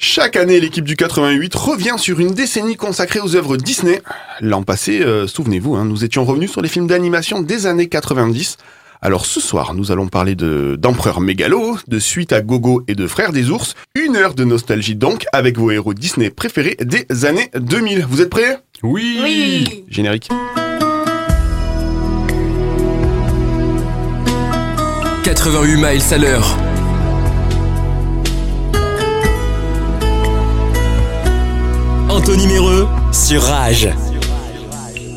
Chaque année, l'équipe du 88 revient sur une décennie consacrée aux œuvres Disney. L'an passé, euh, souvenez-vous, hein, nous étions revenus sur les films d'animation des années 90. Alors ce soir, nous allons parler de d'Empereur Mégalo, de Suite à Gogo et de Frères des Ours. Une heure de nostalgie donc, avec vos héros Disney préférés des années 2000. Vous êtes prêts Oui. Oui. Générique. 88 miles à l'heure. Anthony Méreux sur Rage.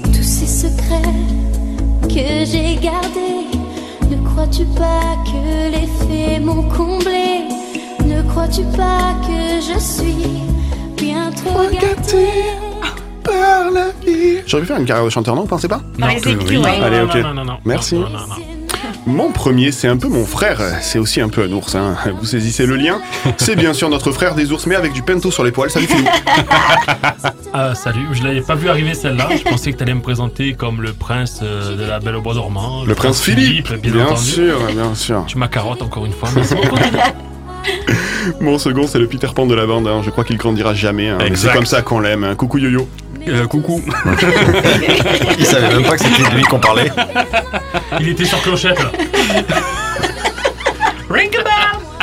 Tous ces secrets que j'ai gardés, ne crois-tu pas que les faits m'ont comblé Ne crois-tu pas que je suis bien trop gâtée J'aurais pu faire une carrière de chanteur, non Vous pensez pas Non, les que- écuries. non, Allez, non, ok. non, non, non. Merci. Non, non, non, non. Mon premier, c'est un peu mon frère. C'est aussi un peu un ours, hein. Vous saisissez le lien C'est bien sûr notre frère des ours, mais avec du pento sur les poils. Salut Philou. Ah, salut. Je l'avais pas vu arriver celle-là. Je pensais que t'allais me présenter comme le prince euh, de la Belle au Bois dormant. Le prince Philippe, bien, bien entendu. sûr, bien sûr. Tu m'accarottes encore une fois. mais c'est bon. Mon second, c'est le Peter Pan de la bande. hein. Je crois qu'il grandira jamais. hein. Mais C'est Exact. comme ça qu'on l'aime. hein. Coucou Yo-Yo. Euh, coucou. Il savait même pas que c'était de lui qu'on parlait. Il était sur clochette là. Ring a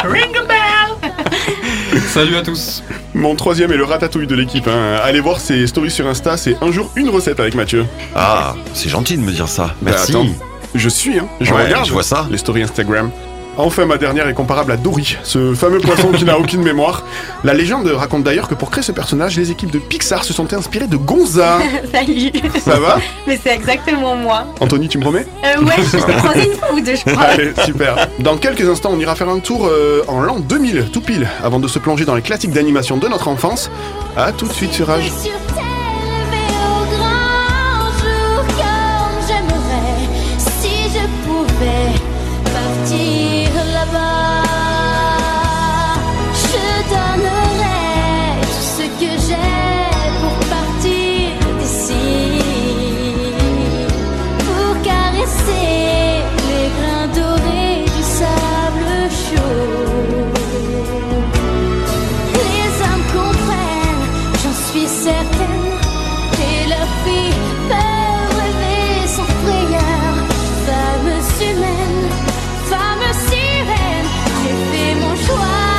bell, ring a bell. Salut à tous. Mon troisième est le ratatouille de l'équipe. hein. Allez voir ses stories sur Insta. C'est un jour une recette avec Mathieu. Ah, c'est gentil de me dire ça. Bah, Merci. attends, je suis. Hein. Je Ouais, regarde. je vois ça. Les stories Instagram. Enfin, ma dernière est comparable à Dory, ce fameux poisson qui n'a aucune mémoire. La légende raconte d'ailleurs que pour créer ce personnage, les équipes de Pixar se sont inspirées de Gonza. Salut. Ça va Mais c'est exactement moi. Anthony, tu me promets Euh, ouais, je te croisais une fois ou deux, je crois. Allez, super. Dans quelques instants, on ira faire un tour euh, en l'an 2000, tout pile, avant de se plonger dans les classiques d'animation de notre enfance. À tout de suite sur Rage. Sur terre, rêver au grand jour comme j'aimerais si je pouvais partir là-bas. Je donnerais tout ce que j'ai pour partir d'ici, pour caresser les grains dorés du sable chaud. Les hommes comprennent, j'en suis certaine. Et leurs filles peuvent rêver sans frayeur. Femmes humaines, femmes sirènes, j'ai fait mon choix.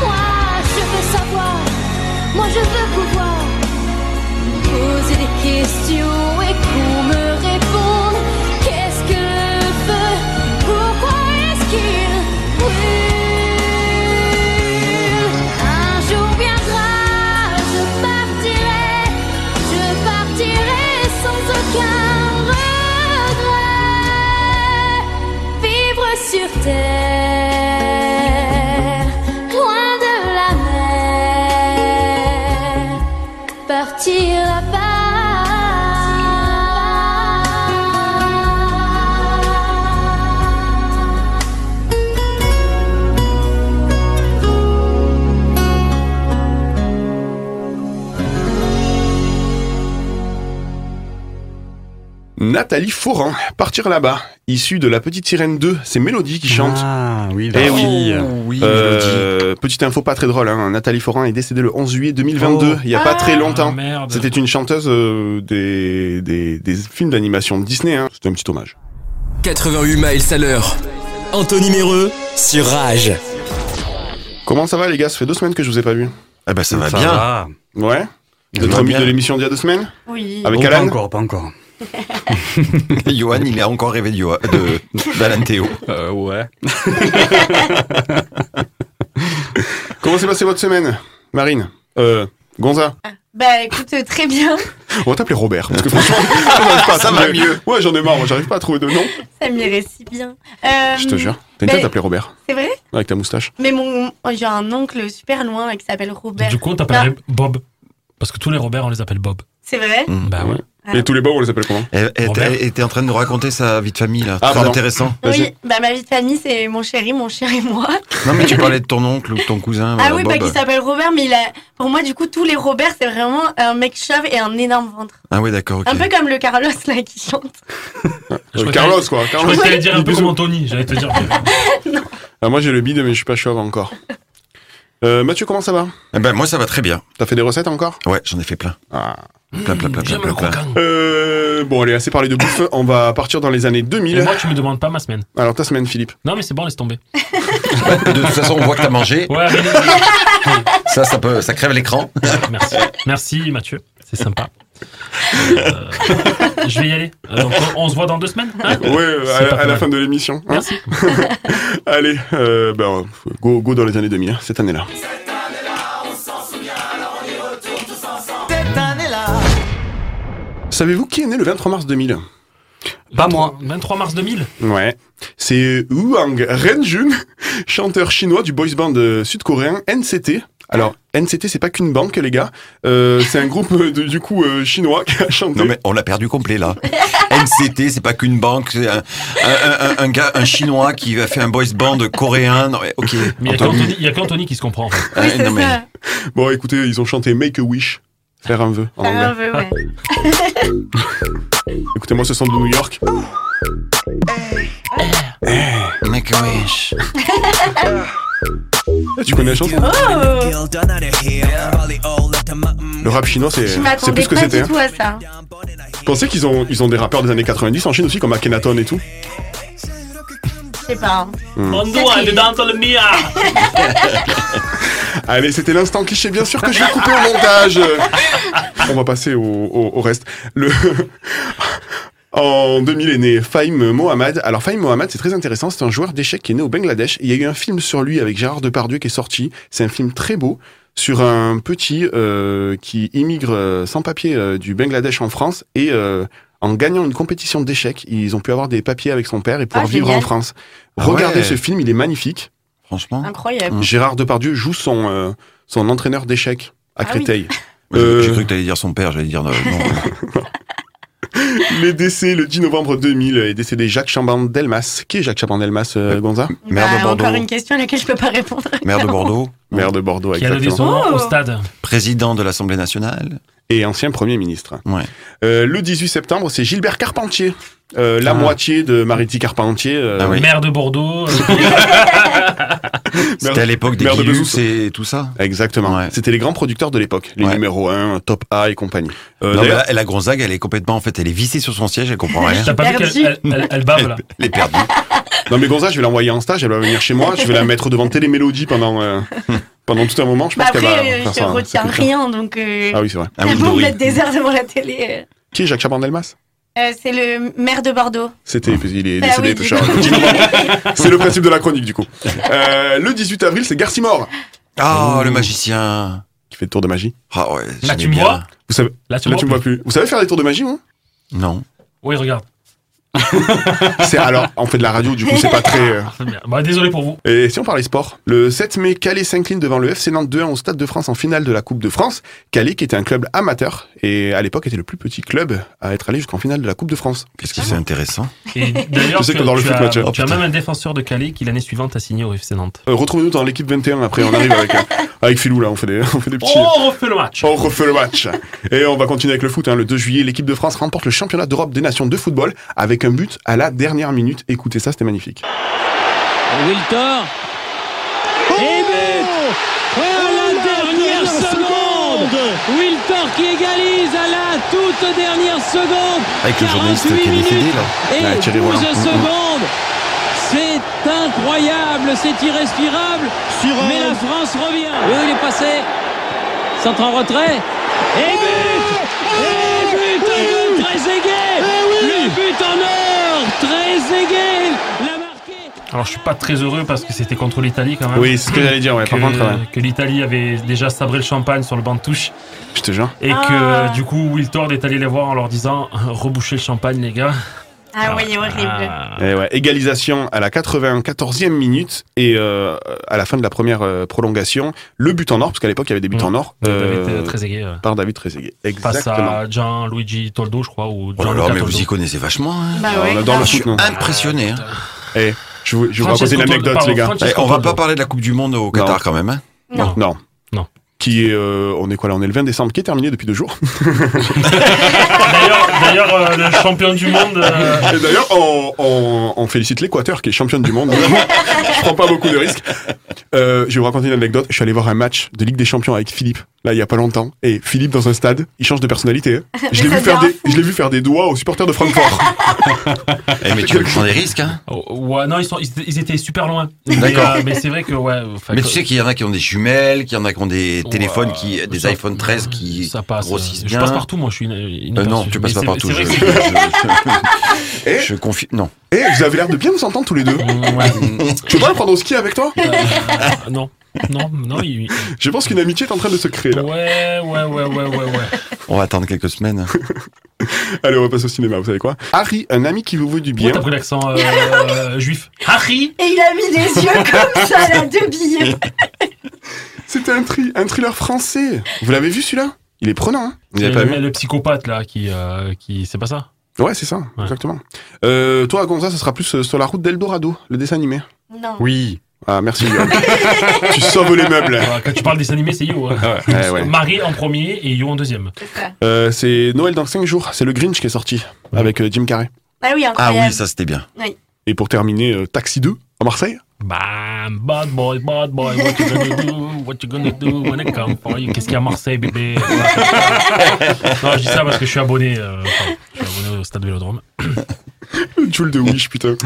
Moi, je veux savoir, moi, je veux pouvoir poser des questions et qu'on me réponde. Qu'est-ce que le feu Pourquoi est-ce qu'il brûle Un jour viendra, je partirai, je partirai sans aucun regret. Vivre sur terre, loin de la mer partir là-bas. Nathalie Foran, Partir là-bas, issue de La Petite Sirène 2, c'est Mélodie qui chante. Ah oui. Eh oui. Mélodie. Euh, petite info pas très drôle, hein. Nathalie Foran est décédée le 11 juillet 2022, Oh. il y a pas très Ah, longtemps. merde. C'était une chanteuse euh, des, des, des films d'animation de Disney, hein. c'était un petit hommage. 88 miles à l'heure. Anthony Méreux sur Rage. Comment ça va les gars Ça fait deux semaines que je vous ai pas vu. Eh ben ça va Ça bien. va. Ouais Vous Ça êtes va remis bien. de l'émission d'il y a deux semaines Oui. Avec Oh, pas Alan encore, pas encore. Johan, il a encore rêvé de Johan- de d'Alan Théo. Euh, ouais. Comment s'est passée votre semaine Marine Euh... Gonza, Ah. Bah écoute, euh, très bien. on va t'appeler Robert, parce que franchement, j'arrive pas à Ça va trouver- mieux. Ouais, j'en ai marre, j'arrive pas à trouver de nom. Euh, Ça m'irait si bien. Euh, Je te jure, t'as une ben- tête d'appeler Robert, C'est vrai avec ta moustache. Mais mon, oh, j'ai un oncle super loin là, qui s'appelle Robert. Du coup, on t'appellerait Bob. Parce que tous les Robert, on les appelle Bob. C'est vrai Hmm. Bah ouais. Ah. Mm. Et tous les bas, on les appelle comment Elle elle Robert. était elle était en train de nous raconter sa vie de famille là. Ah, Très pardon. intéressant. Vas-y. Oui, bah ma vie de famille, c'est mon chéri, mon chien et moi. Non mais tu parlais de ton oncle ou de ton cousin. Ah euh, oui, Bob. bah qui s'appelle Robert, mais il a, pour moi, du coup, tous les Robert, c'est vraiment un mec chauve et un énorme ventre. Ah oui d'accord. ok. Un peu comme le Carlos là qui chante. Je Euh, crois Carlos, quoi. Je Carlos. croyais que t'allais dire un peu Bisous. comme Anthony. J'allais te dire. Ah, moi, j'ai le bide, mais je suis pas chauve encore. Euh, Mathieu, comment ça va Eh ben, moi, ça va très bien. T'as fait des recettes encore Ouais, j'en ai fait plein. Ah. Plein, plein, plein, plein, J'aime plein. le plein. croquant. Euh, Bon, allez, assez parlé de bouffe. On va partir dans les années Et 2000. moi, tu me demandes pas ma semaine. Alors, ta semaine, Philippe. Non, mais c'est bon, laisse tomber. Bah, de toute façon, on voit que t'as mangé. Ouais, mais- Ça, ça peut, ça crève l'écran. Merci. Merci Mathieu, c'est sympa. Euh, je vais y aller. Euh, donc, on, on se voit dans deux semaines. hein Ouais, euh, C'est à, pas à la mal. fin de l'émission. hein. Merci. Allez, euh, ben, go, go dans les années 2000, hein, cette année-là. Savez-vous qui est né le 23 mars 2000 Pas moi. 23 mars 2000. Ouais. C'est Wang Renjun, chanteur chinois du boys band euh, sud-coréen NCT. Alors, NCT, c'est pas qu'une banque, les gars. Euh, c'est un groupe, euh, de- du coup, euh, chinois qui a chanté. Non, mais on l'a perdu complet, là. NCT, c'est pas qu'une banque, c'est un, un, un- un gars, un chinois qui a fait un boys band coréen. Non, mais ok. Mais il y a qu'Anthony- il y a qu'Anthony qui se comprend. en fait. Oui, Ouais, c'est Euh, non, mais- ça. Bon, écoutez, ils ont chanté Make a Wish. Faire un vœu en Faire un anglais. vœu, ouais. Écoutez-moi ce son de New York. Make a wish. Ah, Tu connais la Oh. chanson Le Le rap chinois, c'est Je c'est m'attendais plus ce que pas c'était. du hein. tout à ça. Pensez qu'ils ont, ils ont des rappeurs des années 90 en Chine aussi, comme Akhenaton et tout. Hmm. Je sais pas. hein. On doit aller dans le mia. Allez, c'était l'instant cliché, bien sûr que je vais couper au montage. On va passer au, au- au reste. Le... En 2000 est né Fahim Mohamed. Alors Fahim Mohamed, c'est très intéressant, c'est un joueur d'échecs qui est né au Bangladesh. Il y a eu un film sur lui avec Gérard Depardieu qui est sorti. C'est un film très beau sur un petit euh, qui immigre euh, sans papier euh, du Bangladesh en France et euh, en gagnant une compétition d'échecs, ils ont pu avoir des papiers avec son père et pouvoir Ah, vivre génial. en France. Ah Regardez ouais. ce film, il est magnifique. Franchement. Incroyable. Mm. Gérard Depardieu joue son, euh, son entraîneur d'échecs à Ah oui. Créteil. Euh... J'ai Euh. cru que t'allais dire son père, j'allais dire euh, non. Les décès, le 10 novembre 2000, est décédé Jacques Chaban-Delmas. Qui est Jacques Chaban-Delmas, euh, Gonza Maire de Bah, encore Bordeaux. une question à laquelle je peux pas répondre. Maire de Bordeaux. Maire de Bordeaux, Qui a donné exactement. son nom Oh. au stade. Président de l'Assemblée nationale. Et ancien Premier ministre. Ouais. Euh, le 18 septembre, c'est Gilbert Carpentier. Euh, la Ah. moitié de Mariti Carpentier. euh, Ah oui. Maire de Bordeaux. euh, C'était à l'époque des Maire de Guilux Bezouks. et tout ça. Exactement. Ouais. C'était les grands producteurs de l'époque. Les Ouais. numéros 1, top A et compagnie. Euh, non, mais d'ailleurs, là, la Gonzague, elle est complètement, en fait, elle est vissée sur son siège, elle comprend rien. T'as pas vu Perdu. qu'elle elle, elle- elle bave là. Elle est perdue. non, mais Gonza, je vais l'envoyer en stage. Elle va venir chez moi. Je vais la mettre devant Télémélodie pendant, euh, pendant tout un moment. Je Bah pense qu'elle va. après, euh, faire je ça, hein, retiens cette culture. rien, donc euh, Ah oui, c'est vrai. Ah t'as oui, beau me Dory. mettre des heures devant la télé. Qui est Jacques Chaban-Delmas euh. Euh, c'est le maire de Bordeaux. C'était, il est Ah décédé, oui, peu dis cher. donc. C'est le principe de la chronique, du coup. Euh, le 18 avril, c'est Garcimore Ah, le magicien. qui fait le tour de magie. Ah ouais. Oh. Là, j'aime tu me bien. vois Vous savez, Là, tu là, me tu me vois vois plus. Vous savez faire des tours de magie, vous Non. Oui, regarde. C'est alors, on fait de la radio, du coup, c'est pas très. euh. Ah, merde. Bah, désolé pour vous. Et si on parlait sport, le 7 mai, Calais s'incline devant le FC Nantes 2-1 au Stade de France en finale de la Coupe de France. Calais, qui était un club amateur et à l'époque était le plus petit club à être allé jusqu'en finale de la Coupe de France. Qu'est-ce que c'est intéressant Et d'ailleurs, Je sais que tu- dans le tu foot, as- Mathieu. Oh, tu as putain. même un défenseur de Calais qui l'année suivante a signé au FC Nantes. Euh, Retrouvez-nous dans l'équipe 21 après, on arrive avec euh, avec Philou là, on fait des, on fait des petits. Oh, on refait le match. On refait le match. Et on va continuer avec le foot. hein. Le 2 juillet, l'équipe de France remporte le championnat d'Europe des nations de football avec un but à la dernière minute. Écoutez ça, c'était magnifique. Wiltor. Et but À Oh la dernière seconde Wiltor qui égalise à la toute dernière seconde Avec le journaliste qui est 48 décédé, minutes là. Et Là, Thierry 12 Roland. secondes C'est incroyable, c'est irrespirable Mais la France revient Oui, il est passé Centre en retrait Et but Et but de Trezeguet Le but en or Trezeguet l'a marqué Alors, je suis pas très heureux parce que c'était contre l'Italie quand même. Oui, c'est ce que j'allais dire. Ouais, que, par contre, ouais, que l'Italie avait déjà sabré le champagne sur le banc de touche je te jure. et Ah. que du coup Wiltord est allé les voir en leur disant rebouchez le champagne les gars. Ah oui, horrible. Ah. Et Eh ouais, égalisation à la 94e minute et euh, à la fin de la première euh, prolongation, le but en or, parce qu'à l'époque il y avait des buts Mmh. en or, euh, David Trezeguet euh, par David Trezeguet. face Exactement. à Gianluigi Toldo je crois ou Oh là Gianluca là, mais Toldo. vous y connaissez vachement. hein. Bah Alors, ouais, on adore grave. le Je foot, suis nous. impressionné. hein. Eh, je vous, je vous raconte Francesco une Toldo, anecdote, pardon, les gars. Eh, Francesco on va Toldo. pas parler de la Coupe du Monde au Qatar quand même. hein. Non. Non. Non. qui est, euh, on est quoi là, on est le 20 décembre, qui est terminé depuis deux jours. D'ailleurs, d'ailleurs, euh, le champion du monde. euh, Et d'ailleurs, on, on- on félicite l'Équateur qui est championne du monde. Vraiment, je prends pas beaucoup de risques. Euh, je vais vous raconter une anecdote. Je suis allé voir un match de Ligue des Champions avec Philippe, là, il y a pas longtemps. Et Philippe, dans un stade, il change de personnalité. hein. Je l'ai Mais ça vu, faire devient des- je l'ai vu faire des doigts aux supporters de Francfort. Eh, mais tu veux que je prends des risques, hein oh, ouais, non, ils, sont, ils, ils étaient super loin. Mais, D'accord. euh, Mais c'est vrai que, ouais. enfin, Mais que- tu sais qu'il y en a qui ont des jumelles, qu'il y en a qui ont des Ouais, téléphones, qui, des ça- iPhone 13 qui ça passe, grossissent euh, bien. Je passe partout, moi, je suis une, une Euh, non, aperçue. tu Mais passes pas c'est- partout. c'est vrai Je, que je, je- Et- je confie. Non. Et vous avez l'air de bien vous entendre tous les deux. c'est- Mm, Ouais. Tu veux pas prendre au ski avec toi Euh, non. Non, non, il- il- Je pense qu'une amitié est en train de se créer là. Ouais, ouais, ouais, ouais, ouais, ouais. On va attendre quelques semaines. Allez, on va passer au cinéma, vous savez quoi Harry, un ami qui vous veut du Pourquoi bien. t'as pris l'accent euh, euh, juif Harry Et il a mis des yeux comme ça, là, deux billets. C'était un, tri- un thriller français. Vous l'avez vu celui-là Il est prenant, hein Vous l'avez le, pas vu le- le psychopathe, là, qui. euh, qui c'est pas ça Ouais, c'est ça, Ouais. exactement. Euh, toi, Gonza, ça sera plus euh, sur la route d'Eldorado, le dessin animé. Non. Oui. Ah, merci, Guillaume. tu sauves les meubles. Euh, Quand tu parles des animés, c'est You. hein. Eh ouais. Marie en premier et You en deuxième. c'est ça. Euh, c'est Noël dans 5 jours, c'est le Grinch qui est sorti avec euh, Jim Carrey. Ah oui, Ah incroyable. oui, ça c'était bien. Et pour terminer, euh, Taxi 2 à Marseille. Bam, bad boy, bad boy, what you gonna do, what you gonna do when I come for you. Qu'est-ce qu'il y a à Marseille, bébé Non, je dis ça parce que je suis abonné, euh, enfin, je suis abonné au stade Vélodrome. Le Jules de Wish, putain.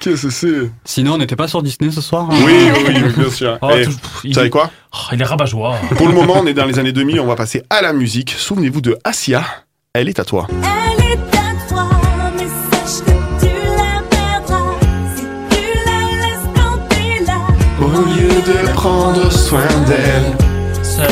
Qu'est-ce que c'est Sinon, on n'était pas sur Disney ce soir. hein. Oui, oui, oui, bien sûr. Oh, Eh, tout- vous il, savez quoi oh, il est rabat-joie. Pour le moment, on est dans les années 2000, on va passer à la musique. Souvenez-vous de Asia, elle est à toi. Elle est à toi, mais sache que tu la perdras si tu la laisses quand t'es là. Au lieu de prendre soin d'elle. Ça,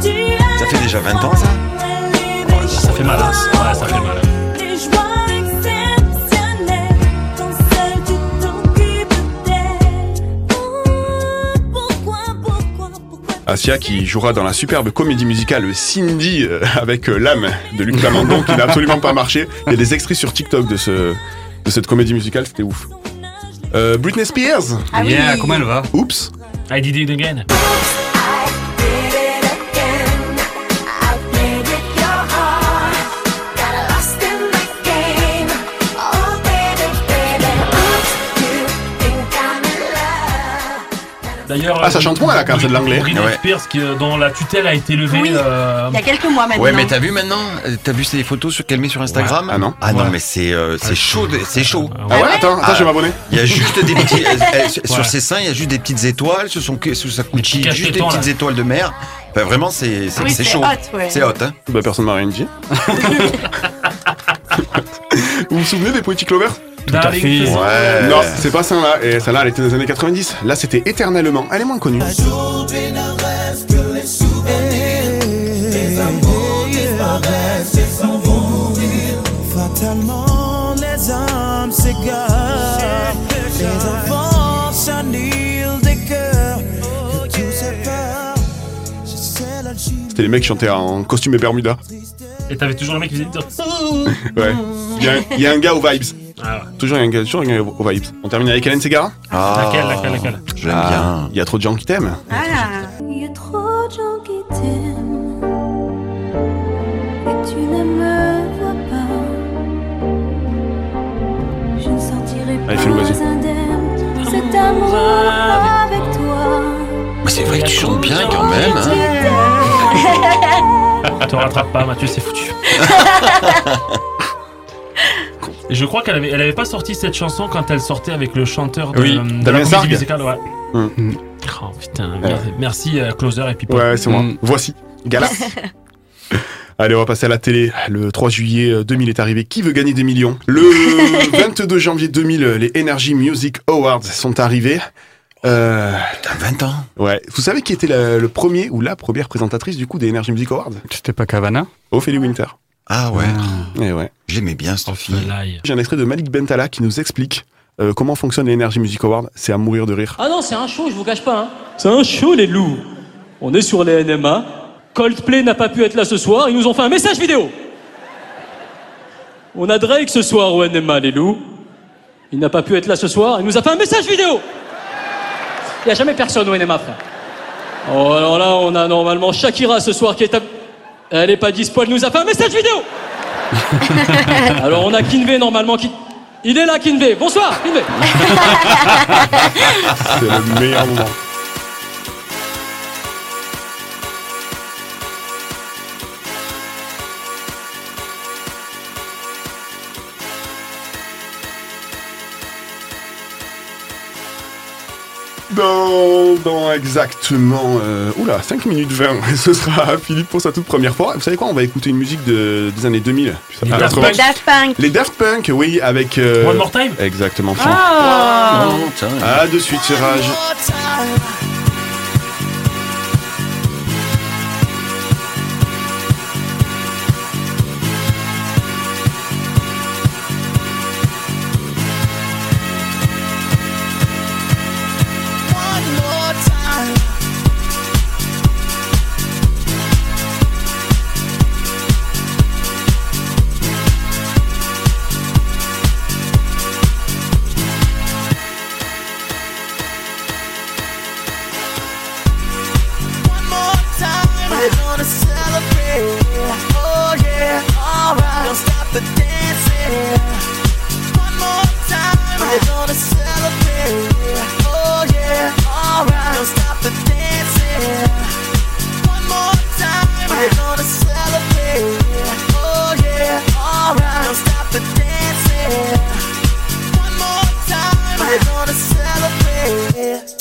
Tu Ça fait déjà 20 ans, ça as ça fait mal, hein. Ouais, ça fait mal. Des joies exceptionnelles, quand seul tu t'occupes d'elle. Oh, Pourquoi, pourquoi, pourquoi Asia qui jouera dans la superbe comédie musicale Cindy euh, avec euh, l'âme de Luc Lamandon qui n'a absolument pas marché. Il y a des extraits sur TikTok de, ce, de cette comédie musicale, c'était ouf. Euh, Britney Spears, Ah oui. Yeah, comment elle va oups, I did it again. Ah, ça chante moins, là, quand c'est de l'anglais. Britney Ouais. Spears, qui, euh, dont la tutelle a été levée. Oui. euh, Il y a quelques mois maintenant. Ouais, mais t'as vu maintenant Euh, T'as vu ces photos sur- qu'elle met sur Instagram Ouais. Ah non. Ah non, Ouais. mais c'est euh, c'est chaud, de- c'est chaud. Ah Ah ouais, attends, attends, Ah. je vais m'abonner. Il y a juste des petits. elle- elle- sur- Ouais. Sur ses seins, il y a juste des petites étoiles, sous, son, sous sa petits couchille, juste des cachetons, petites là. étoiles de mer. Enfin, vraiment, c'est c'est- Oui, c'est c'est chaud. hot, ouais. C'est hot, hein Bah, personne m'a rien dit. vous vous souvenez des Poetic Lovers Darling, fait. faisons- Ouais. Non, c'est pas ça là. Et celle-là, elle était dans les années 90. Là, c'était éternellement. Elle est moins connue. Fatalement, les âmes s'égarent. Les enfants s'annulent des cœurs. Que tout sépare. Je sais l'alchimie. C'était les mecs qui chantaient en costume et Bermuda. Et t'avais toujours le mec qui faisait. Ouais. Il y a un- il y, a un gars aux vibes. Ah ouais. Toujours il y a un gars, toujours il y a un gars aux vibes. On termine avec Hélène Segara Ah, Laquelle, laquelle, laquelle Je l'aime bien. Il y a trop de gens qui t'aiment. Ah, Il y a trop de gens qui t'aiment et tu ne me vois pas. Je ne sortirai pas Allez, fais-le, vas-y. indemne cet amour Ah, avec toi. Mais c'est vrai que tu chantes bien quand Ah. même. hein. Te rattrape pas, Mathieu, c'est foutu. Et je crois qu'elle avait, elle avait pas sorti cette chanson quand elle sortait avec le chanteur Euh, de, Oui, de la Damien comédie Sargue. musicale, ouais. Hum. Oh putain, merde. merci euh, Closer et puis Ouais, c'est moi. Mm. Voici Galas. Allez, on va passer à la télé. Le 3 juillet euh, 2000 est arrivé. Qui veut gagner des millions Le 22 janvier 2000, euh, les Energy Music Awards sont arrivés. Euh, Putain, 20 ans. ouais. Vous savez qui était la- le premier ou la première présentatrice du coup des Energy Music Awards C'était pas Cavana Ophélie Winter. Ah ouais. Et ouais. J'aimais bien cette fille. Fly. J'ai un extrait de Malik Bentala qui nous explique euh, comment fonctionne les Energy Music Awards. C'est à mourir de rire. Ah non, c'est un show, je vous cache pas. Hein. C'est un show, les loups. On est sur les NMA. Coldplay n'a pas pu être là ce soir. Ils nous ont fait un message vidéo. On a Drake ce soir au NMA, les loups. Il n'a pas pu être là ce soir. Il nous a fait un message vidéo. Il n'y a jamais personne au NMA, frère. Oh, alors là, on a normalement Shakira ce soir qui est à... Elle est pas dispo, elle nous a fait un message vidéo Alors on a Kinvé normalement qui... Il est là Kinvé, bonsoir Kinvé C'est le meilleur moment. Dans, dans exactement euh, oula, 5 minutes 20, ce sera à Philippe pour sa toute première fois. Vous savez quoi, on va écouter une musique de, des années 2000. Les Ah, Daft 80. Punk. Daft Punk. Les Daft Punk, oui, avec... euh, One more time Exactement, Philippe. Ah. Oh, putain. À de suite, tirage. Oh, Oh,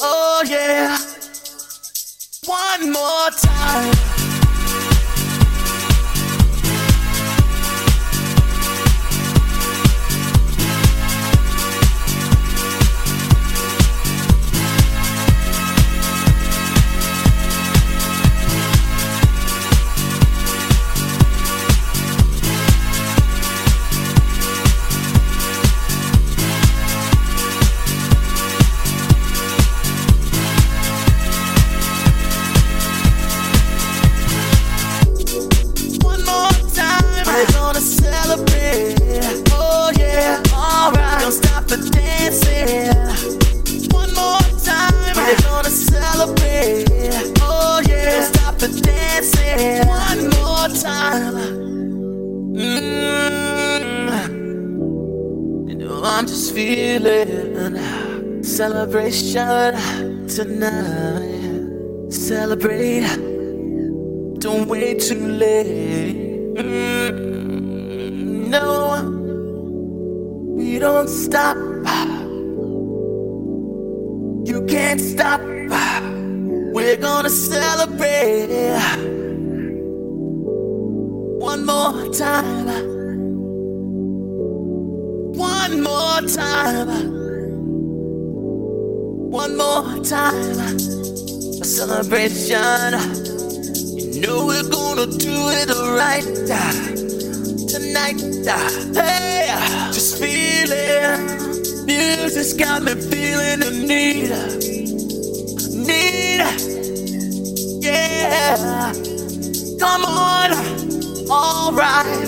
Oh yeah. One more time. One more time, we're gonna celebrate. Oh yeah, alright, don't stop the dancing. One more time, we're gonna celebrate. Oh yeah, don't stop the dancing. One more time. Mm. You know I'm just feeling celebration tonight. Celebrate. Don't wait too late. Mm, No, we don't stop. You can't stop. We're gonna celebrate one more time. One more time. One more time. A celebration. Know we're gonna do it alright ah, tonight. ah, Hey, ah, just feeling. Music's got me feeling the need, ah, need. ah, Yeah, come on. ah, Alright,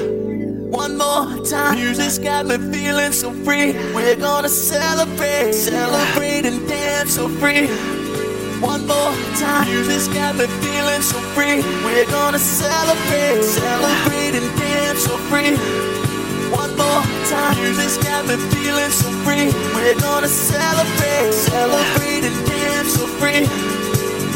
One more time. Music's got me feeling so free. We're gonna celebrate. Celebrate and dance so free. One more time. Music's got me feeling so free. We're gonna celebrate. Celebrate and dance so free. One more time. Music's got me feeling so free. We're gonna celebrate. Celebrate and dance so free.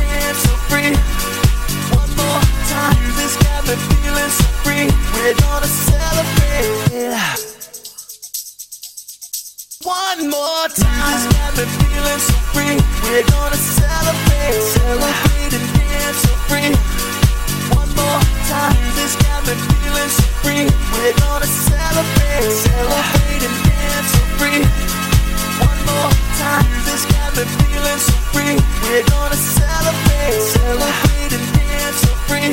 dance so free. One more time. Music's got me feeling so free. We're gonna celebrate. one more time. Music's got me feeling so free. We're gonna celebrate, celebrate and dance so free. One more time. Music's got me feeling so free. We're gonna celebrate, celebrate and dance so free. One more time. Music's got me feeling so free. We're gonna celebrate, celebrate and dance so free.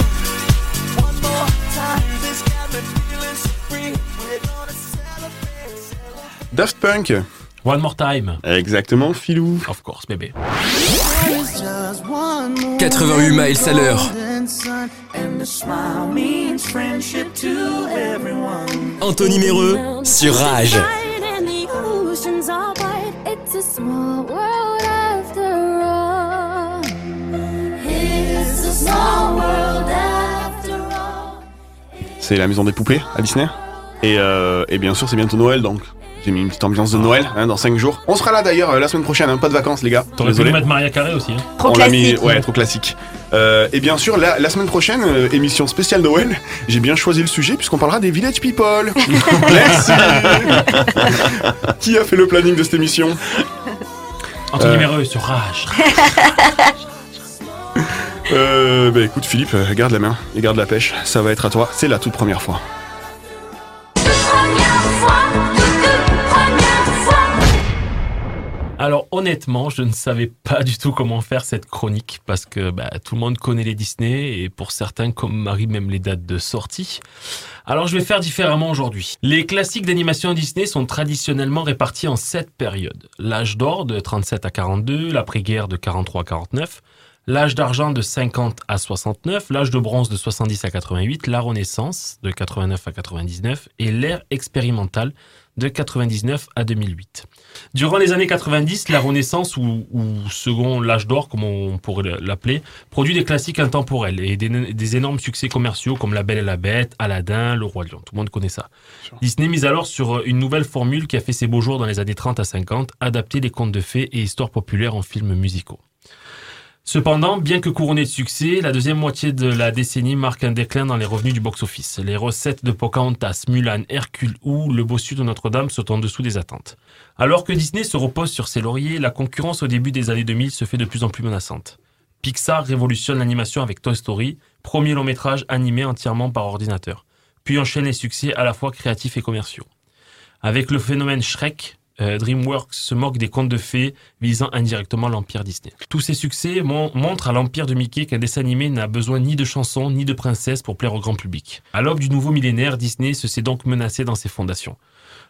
One more time. Music's got me feeling so free. We're gonna celebrate, celebrate. Daft Punk. One more time. Exactement, Filou. Of course, bébé. 88 miles à l'heure. Anthony Méreux sur Rage. Bright and the oceans are wide. It's a small world after all. It's a small world after all. C'est la maison des poupées à Disney. Et, euh, et bien sûr, c'est bientôt Noël, donc j'ai mis une petite ambiance de Noël hein, dans 5 jours. On sera là d'ailleurs euh, la semaine prochaine, hein, pas de vacances les gars. T'aurais pu Désolé. lui mettre Maria Carré aussi. hein. Trop on l'a mis, classique. ouais, trop classique. Euh, et bien sûr, la, la semaine prochaine, euh, émission spéciale Noël, j'ai bien choisi le sujet puisqu'on parlera des Village People. Merci Qui a fait le planning de cette émission Anthony Euh. Méreux sur Rage. euh, Bah écoute Philippe, euh, garde la main et garde la pêche, ça va être à toi, c'est la toute première fois. Première fois, toute première fois. Alors honnêtement, je ne savais pas du tout comment faire cette chronique parce que bah, tout le monde connaît les Disney et pour certains comme Marie même les dates de sortie. Alors je vais faire différemment aujourd'hui. Les classiques d'animation Disney sont traditionnellement répartis en sept périodes. L'âge d'or de 37 à 42, l'après-guerre de 43 à 49, l'âge d'argent de 50 à 69, l'âge de bronze de 70 à 88, la Renaissance de 89 à 99 et l'ère expérimentale de 99 à 2008. Durant les années 90, la Renaissance, ou, ou second l'âge d'or, comme on pourrait l'appeler, produit des classiques intemporels et des, des énormes succès commerciaux comme La Belle et la Bête, Aladdin, Le Roi Lion. Tout le monde connaît ça. Disney mise alors sur une nouvelle formule qui a fait ses beaux jours dans les années 30 à 50, adapter les contes de fées et histoires populaires en films musicaux. Cependant, bien que couronnée de succès, la deuxième moitié de la décennie marque un déclin dans les revenus du box-office. Les recettes de Pocahontas, Mulan, Hercule ou Le Bossu de Notre-Dame sont en dessous des attentes. Alors que Disney se repose sur ses lauriers, la concurrence au début des années 2000 se fait de plus en plus menaçante. Pixar révolutionne l'animation avec Toy Story, premier long métrage animé entièrement par ordinateur, puis enchaîne les succès à la fois créatifs et commerciaux. Avec le phénomène Shrek, euh, DreamWorks se moque des contes de fées visant indirectement l'empire Disney. Tous ces succès mon- montrent à l'empire de Mickey qu'un dessin animé n'a besoin ni de chansons ni de princesses pour plaire au grand public. À l'aube du nouveau millénaire, Disney se sait donc menacé dans ses fondations.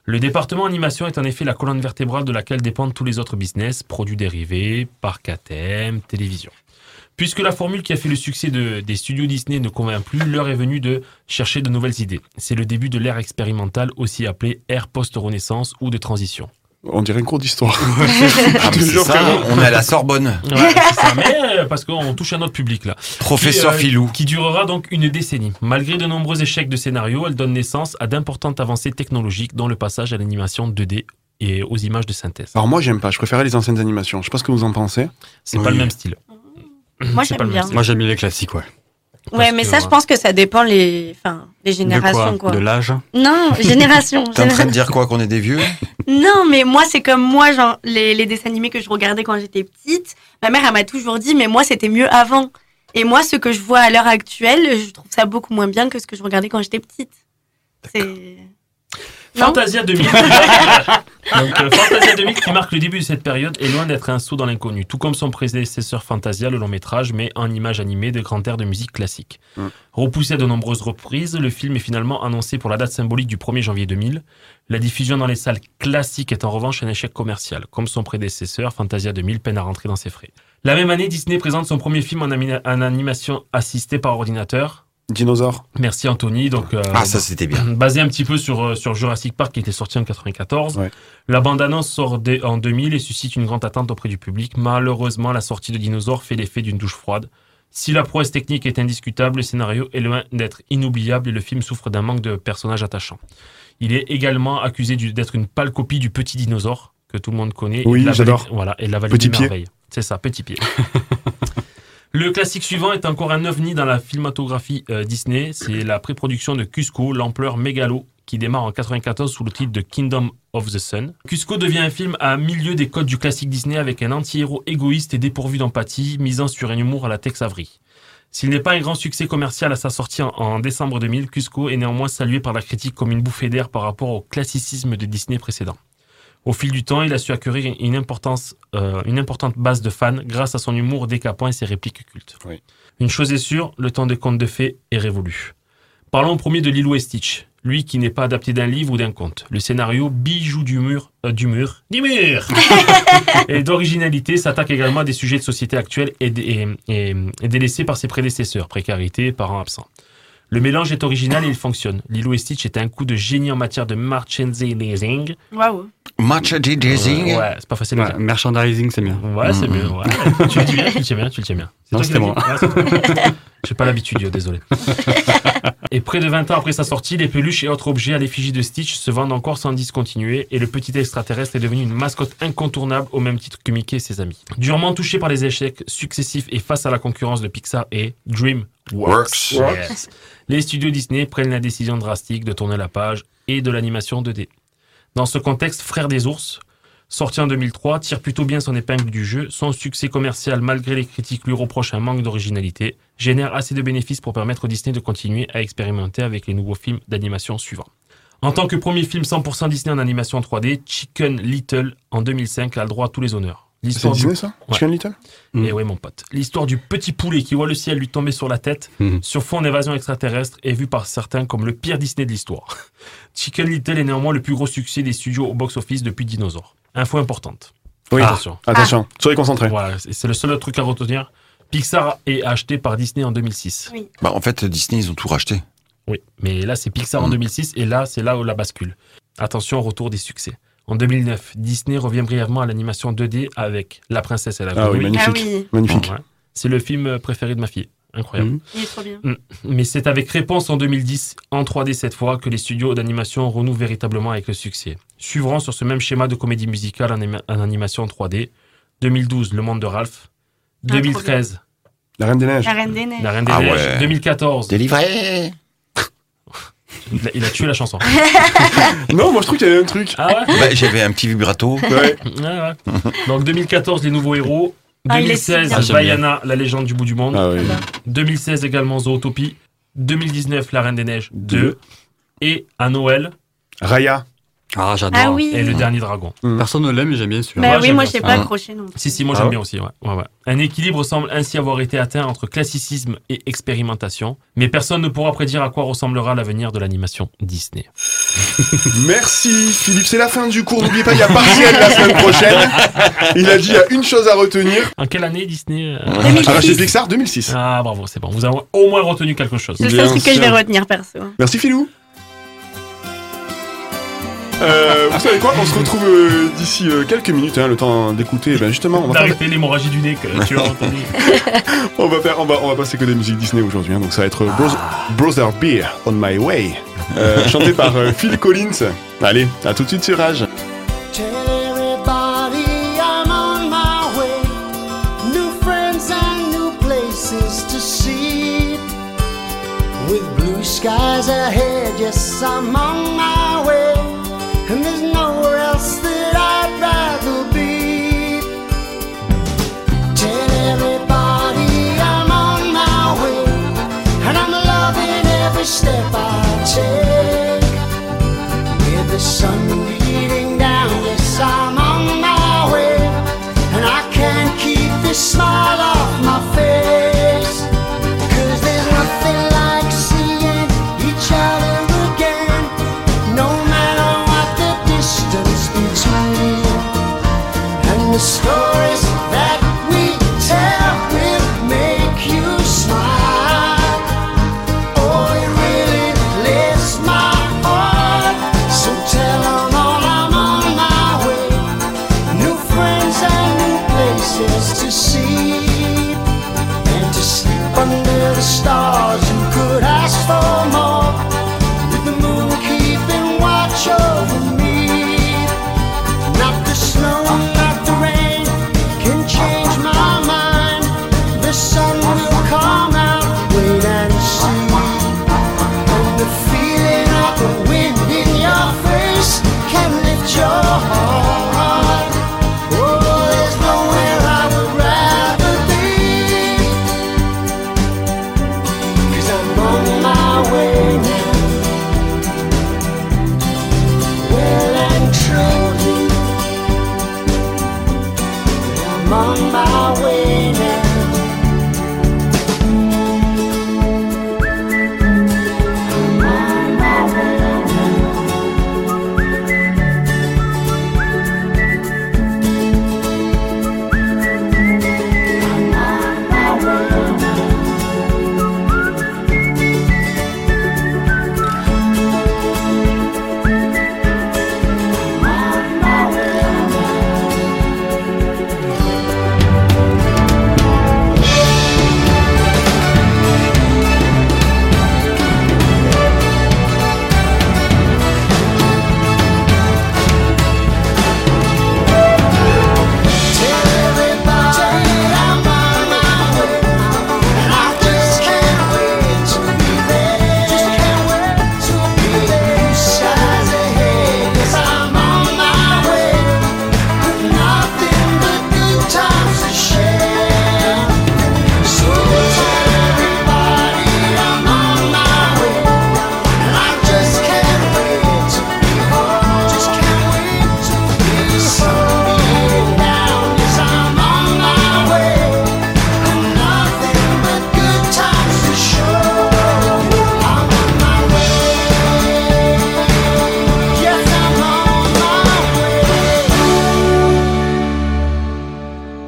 Le département animation est en effet la colonne vertébrale de laquelle dépendent tous les autres business, produits dérivés, parcs à thème, télévision. Puisque la formule qui a fait le succès de- des studios Disney ne convainc plus, l'heure est venue de chercher de nouvelles idées. C'est le début de l'ère expérimentale, aussi appelée ère post-renaissance ou de transition. On dirait un cours d'histoire. Ah, mais c'est Toujours ça, Caro. on est à la Sorbonne. Ouais, c'est ça, mais euh, parce qu'on touche un autre public là. Professeur Qui, euh, Filou. Qui durera donc une décennie. Malgré de nombreux échecs de scénario, elle donne naissance à d'importantes avancées technologiques, dont le passage à l'animation 2D et aux images de synthèse. Alors moi j'aime pas, je préférais les anciennes animations, je sais pas ce que vous en pensez. C'est pas Oui. le même style. Moi, C'est pas j'aime le bien. même Moi, j'aime les classiques, ouais. Ouais, Parce mais que, euh, ça, je ouais. pense que ça dépend les, enfin, les de générations, quoi, quoi. De l'âge. Non, génération. T'es en train de génération. dire quoi qu'on est des vieux Non, mais moi, c'est comme moi, genre, les, les dessins animés que je regardais quand j'étais petite, ma mère, elle m'a toujours dit, mais moi, c'était mieux avant. Et moi, ce que je vois à l'heure actuelle, je trouve ça beaucoup moins bien que ce que je regardais quand j'étais petite. C'est. Non Fantasia 2000. Donc, euh, Fantasia 2000 qui marque le début de cette période est loin d'être un saut dans l'inconnu, tout comme son prédécesseur Fantasia, le long métrage, mais en images animées de grands airs de musique classique. Mm. Repoussé à de nombreuses reprises, le film est finalement annoncé pour la date symbolique du 1er janvier 2000. La diffusion dans les salles classiques est en revanche un échec commercial. Comme son prédécesseur, Fantasia 2000 peine à rentrer dans ses frais. La même année, Disney présente son premier film en, amina- en animation assistée par ordinateur. Dinosaure. Merci Anthony. Donc, euh, Ah, ça c'était bien. basé un petit peu sur, euh, sur Jurassic Park qui était sorti en 94. Ouais. La bande-annonce sort dès- en 2000 et suscite une grande attente auprès du public. Malheureusement, la sortie de Dinosaur fait l'effet d'une douche froide. Si la prouesse technique est indiscutable, le scénario est loin d'être inoubliable et le film souffre d'un manque de personnages attachants. Il est également accusé du- d'être une pâle copie du petit dinosaure que tout le monde connaît. et Oui, de la j'adore. vallée- Voilà, et de la vallée Petit des pied. merveilles. C'est ça, petit pied. Le classique suivant est encore un ovni dans la filmatographie euh, Disney. C'est la pré-production de Cusco, l'ampleur mégalo, qui démarre en 94 sous le titre de Kingdom of the Sun. Cusco devient un film à milieu des codes du classique Disney avec un anti-héros égoïste et dépourvu d'empathie, misant sur un humour à la Tex Avery. S'il n'est pas un grand succès commercial à sa sortie en, en décembre 2000, Cusco est néanmoins salué par la critique comme une bouffée d'air par rapport au classicisme de Disney précédent. Au fil du temps, il a su acquérir une, importance, euh, une importante base de fans grâce à son humour décapant et ses répliques cultes. Oui. Une chose est sûre, le temps des contes de fées est révolu. Parlons au premier de Lilo et Stitch, lui qui n'est pas adapté d'un livre ou d'un conte. Le scénario bijou du mur, euh, du mur, du mur et d'originalité s'attaque également à des sujets de société actuelle et, dé- et- et- et délaissés par ses prédécesseurs, précarité, parents absents. Le mélange est original et il fonctionne. Lilo et Stitch est un coup de génie en matière de merchandising. Waouh. Merchandising. Ouais, c'est pas facile à Ouais, dire. merchandising, c'est bien. Ouais, c'est mieux. ouais. tu le tiens bien, tu le tiens bien, tu le tiens bien. toi Non, qui c'était l'as dit. Ouais, c'est toi. J'ai pas l'habitude, yo, désolé. et près de 20 ans après sa sortie, les peluches et autres objets à l'effigie de Stitch se vendent encore sans discontinuer et le petit extraterrestre est devenu une mascotte incontournable au même titre que Mickey et ses amis. Durement touché par les échecs successifs et face à la concurrence de Pixar et DreamWorks, Works. Yes. les studios Disney prennent la décision drastique de tourner la page et de l'animation 2D. Dans ce contexte, Frères des ours, sorti en 2003, tire plutôt bien son épingle du jeu. Son succès commercial, malgré les critiques, lui reprochent un manque d'originalité, génère assez de bénéfices pour permettre au Disney de continuer à expérimenter avec les nouveaux films d'animation suivants. En tant que premier film 100% Disney en animation 3D, Chicken Little en 2005 a le droit à tous les honneurs. C'est L'histoire du Disney ça Ouais. Chicken Little et Eh ouais, mon pote. L'histoire du petit poulet qui voit le ciel lui tomber sur la tête Hmm. Mhm. sur fond d'évasion extraterrestre est vue par certains comme le pire Disney de l'histoire. Chicken Little est néanmoins le plus gros succès des studios au box-office depuis Dinosaur. Info importante. Oui. Ah, Attention. Attention, soyez concentrés. Voilà, c'est c'est le seul autre truc à retenir. Pixar est acheté par Disney en 2006. Bah, en fait, Disney, ils ont tout racheté. Oui, mais là c'est Pixar en Mm. Mhm. 2006 et là c'est là où la bascule. Attention au retour des succès. En 2009, Disney revient brièvement à l'animation 2D avec La princesse et la Ah oui, grenouille. Ah magnifique. oui, Magnifique. Mm. Ouais. C'est le film préféré de ma fille. Incroyable. Mm. Mhm. il est trop bien. Mais c'est avec Réponse en 2010, en 3D cette fois, que les studios d'animation renouent véritablement avec le succès. Suivront sur ce même schéma de comédie musicale en, anima- en animation 3D, 2012, Le Monde de Ralph, Ah, trop 2013, La Reine des Neiges. La Reine des Neiges. La Reine des Ah Neiges, ouais. 2014, Délivré. il a, il a tué la chanson. Non, moi je trouve qu'il y avait un truc. Ah ouais, Bah, J'avais un petit vibrato. Ouais. Ah ouais. Donc 2014, Les Nouveaux Héros, Ah, il est si 2016, bien. Vaiana, La Légende du bout du monde, Ah oui. 2016 également Zootopie, 2019 La Reine des Neiges 2, et à Noël, Raya. Ah, j'adore. Ah oui. et Le Dernier Dragon. Personne ne l'aime, mais j'aime bien Bah, celui-là. Bah moi, oui, j'aime moi bien j'ai ça. pas Ah. accroché non. Si, si, moi Ah j'aime ouais bien aussi. ouais. Ouais, ouais. Un équilibre semble ainsi avoir été atteint entre classicisme et expérimentation, mais personne ne pourra prédire à quoi ressemblera l'avenir de l'animation Disney. Merci Philippe, c'est la fin du cours. N'oubliez pas, il y a partiel la semaine prochaine. Il a dit il y a une chose à retenir. En quelle année Disney euh, Arraché Pixar 2006. Ah bravo, c'est bon, vous avez au moins retenu quelque chose. C'est le Bien seul truc que je sûr. vais retenir perso. Merci Philou. Euh, vous savez quoi On se retrouve euh, d'ici euh, quelques minutes, hein, le temps d'écouter. Ben justement, on va, faire, D'arrêter l'hémorragie du nez que tu as entendu. on va faire- on va- on va passer que des musiques Disney aujourd'hui, hein, donc ça va être Bros- Brother Beer on My Way, euh, chanté par euh, Phil Collins. Allez, à tout de suite sur Rage. Tell everybody I'm on my way. New friends and new places to see. With blue skies ahead, yes, I'm on my way. And there's nowhere else that I'd rather be. Tell everybody I'm on my way. And I'm loving every step I take. Hear the sun beating down, yes, I'm on my way. And I can't keep this smile off my face. Cause there's nothing like seeing each other again. No matter Oh, on my way now.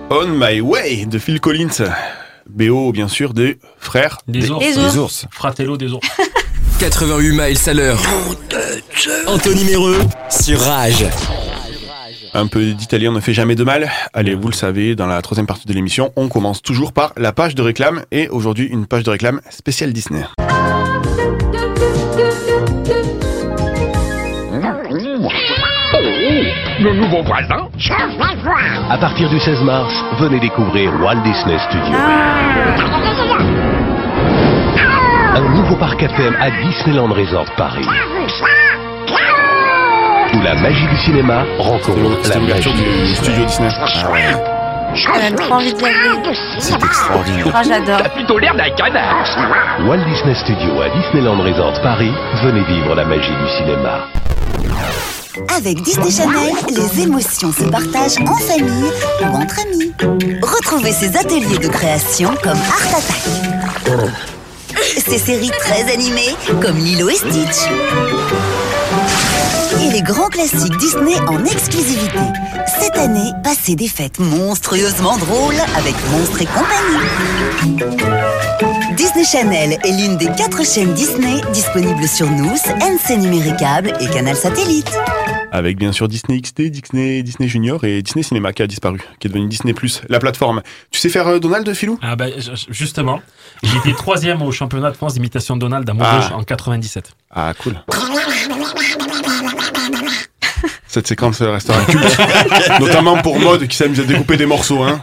On My Way de Phil Collins. BO, bien sûr, des frères Des ours. Des ours. Les ours. Fratello des ours. 88 miles à l'heure. Anthony Méreux sur Rage. Un peu d'italien ne fait jamais de mal. Allez, vous le savez, dans la troisième partie de l'émission, on commence toujours par la page de réclame. Et aujourd'hui, une page de réclame spéciale Disney. À partir du 16 mars, venez découvrir Walt Disney Studios. Un nouveau parc à thème à Disneyland Resort Paris. Où la magie du cinéma rencontre C'était la l'ouverture magie du studio Disney. J'ai même trop envie de la vie. Ah C'est extraordinaire. Ah, j'adore. Walt Disney Studios à Disneyland Resort Paris. Venez vivre la magie du cinéma. Avec Disney Channel, les émotions se partagent en famille ou entre amis. Retrouvez ses ateliers de création comme Art Attack. Ses séries très animées comme Lilo et Stitch. Et les grands classiques Disney en exclusivité. Cette année, passez des fêtes monstrueusement drôles avec Monstres et compagnie. Disney Channel est l'une des quatre chaînes Disney disponibles sur Nous, NC Numéricable et Canal Satellite. Avec bien sûr Disney XD, Disney, Disney Junior et Disney Cinéma qui a disparu, qui est devenu Disney Plus, la plateforme. Tu sais faire euh, Donald, Filou Ah bah, j- j- justement, j'étais troisième au championnat de France d'imitation de Donald à Ah. Montrouge en 97. Ah, cool. Cette séquence euh, restera culte, notamment pour Mode qui s'amuse à découper des morceaux. Hein.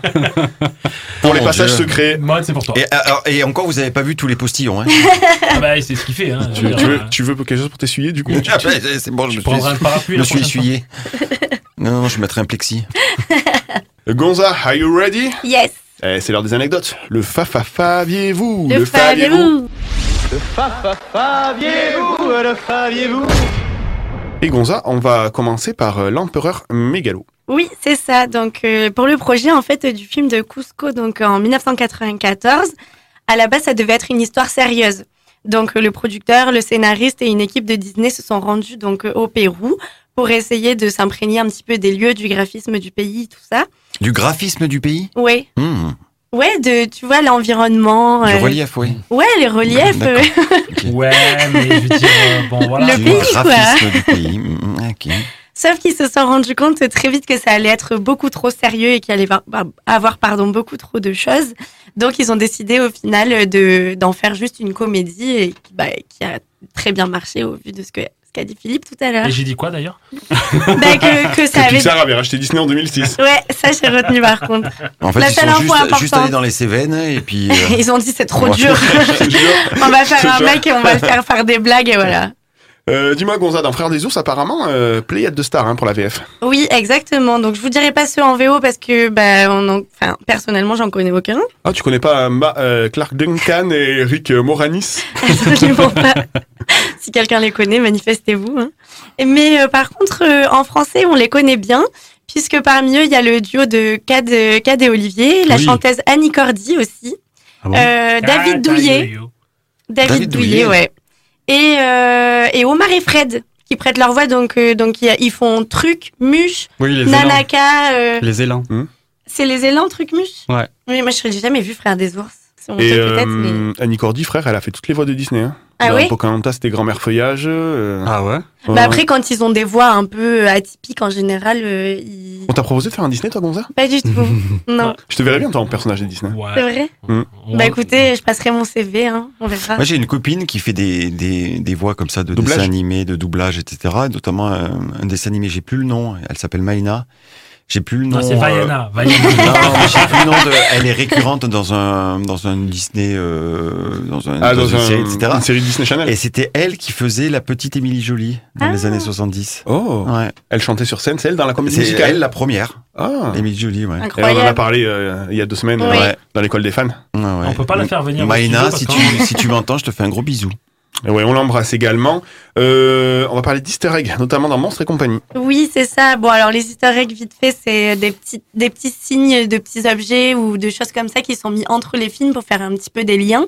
Pour les Oh mon passages Dieu. secrets. Mode, c'est pour toi. Et, alors, et encore, vous n'avez pas vu tous les postillons. Hein. Ah bah, c'est ce qu'il fait. Hein. Tu, tu veux, tu veux quelque chose pour t'essuyer du coup Ah, ouais, c'est c'est bon, je me suis, prendras le parapluie je me la suis prochaine essuyé. Non, non, non, je mettrai un plexi. Gonza, are you ready Yes. Eh, C'est l'heure des anecdotes. Le fa fa faviez-vous Le Fabiou. Et Gonza, on va commencer par euh, l'empereur mégalo. Oui, c'est ça. Donc, euh, pour le projet, en fait, euh, du film de Cusco, donc euh, en 1994, à la base, ça devait être une histoire sérieuse. Donc, euh, le producteur, le scénariste et une équipe de Disney se sont rendus donc euh, au Pérou pour essayer de s'imprégner un petit peu des lieux, du graphisme du pays, tout ça. Du graphisme du pays Ouais, Hmm, ouais, de tu vois l'environnement. Du euh, relief, oui. Ouais, les reliefs. D'accord. euh, Ouais, mais je veux dire, euh, bon voilà. Le du pays, quoi. graphisme du pays. Hmm, ok. Sauf qu'ils se sont rendus compte très vite que ça allait être beaucoup trop sérieux et qu'il allait va- va- avoir pardon, beaucoup trop de choses. Donc ils ont décidé au final de, d'en faire juste une comédie et qui, bah, qui a très bien marché au vu de ce que ce qu'a dit Philippe tout à l'heure. Et j'ai dit quoi d'ailleurs Bah, que, que Que ça avait... Pixar avait racheté Disney en 2006. Ouais, ça j'ai retenu par contre. En fait, La ils seule info sont juste, juste importante. allés dans les Cévennes et puis. euh, Ils ont dit c'est trop Ouais. dur. Je te jure. on va faire un C'est ça. mec et on va le faire faire des blagues et voilà. Euh, Dis-moi, Gonza, dans Frères des ours, apparemment, euh, Pléiade de Star hein, pour la VF. Oui, exactement. Donc je vous dirai pas ceux en VO parce que bah, on en- enfin, personnellement j'en connais aucun. Ah, tu connais pas euh, Ma- euh, Clark Duncan et Rick euh, Moranis Absolument pas. si quelqu'un les connaît, manifestez-vous. hein. Mais euh, par contre, euh, en français, on les connaît bien, puisque parmi eux, il y a le duo de Cad, euh, Cad et Olivier, la Oui. chanteuse Annie Cordy aussi, Ah bon euh, David Douillet, David, David Douillet, Douillet. ouais, et, euh, et Omar et Fred qui prêtent leur voix, donc, euh, donc il y a- ils font Truc, Muche, Oui, les élans. Nanaka, euh, Les élans. Hmm c'est les élans Truc, Muche Ouais. Oui, moi je n'ai jamais vu Frère des ours, c'est honteux Et peut-être, mais... euh, Annie Cordy, frère, elle a fait toutes les voix de Disney. Hein. Ah Dans oui Pocahontas, c'était Grand-mère Feuillage. euh. Ah ouais Bah après, quand ils ont des voix un peu atypiques en général, euh, ils- On t'a proposé de faire un Disney, toi, Gonza pas du tout. non, Je te verrais bien, toi, en personnage de Disney. c'est vrai. Hmm. Bah écoutez, je passerai mon CV, hein, on verra. Moi, j'ai une copine qui fait des, des, des voix comme ça de Doublage dessins animés, de doublage, etc. Et Notamment euh, un dessin animé, j'ai plus le nom. Elle s'appelle Maïna. J'ai plus le nom. Non, c'est Vaiana, Vaiana. Non, non, mais j'ai plus le nom de. Elle est récurrente dans un dans un Disney, euh, dans, un, Ah, dans une un- série, etc. une série Disney Channel. Et c'était elle qui faisait la petite Émilie Jolie dans les années 70. Oh Ouais. Elle chantait sur scène, c'est elle dans la comédie C'est musicale elle la première. Ah Émilie Jolie, ouais. Et on en a Incroyable. parlé euh, il y a deux semaines Oui. euh, dans l'école des fans. Ouais, ouais. On peut pas la faire venir. au Maïna, si studio, tu, parce que- si tu m'entends, je te fais un gros bisou. Et ouais, on l'embrasse également. Euh, on va parler d'easter eggs, notamment dans Monstres et compagnie. Oui, c'est ça. Bon, alors les easter eggs, vite fait, c'est euh, des petits, des petits signes de petits objets ou de choses comme ça qui sont mis entre les films pour faire un petit peu des liens.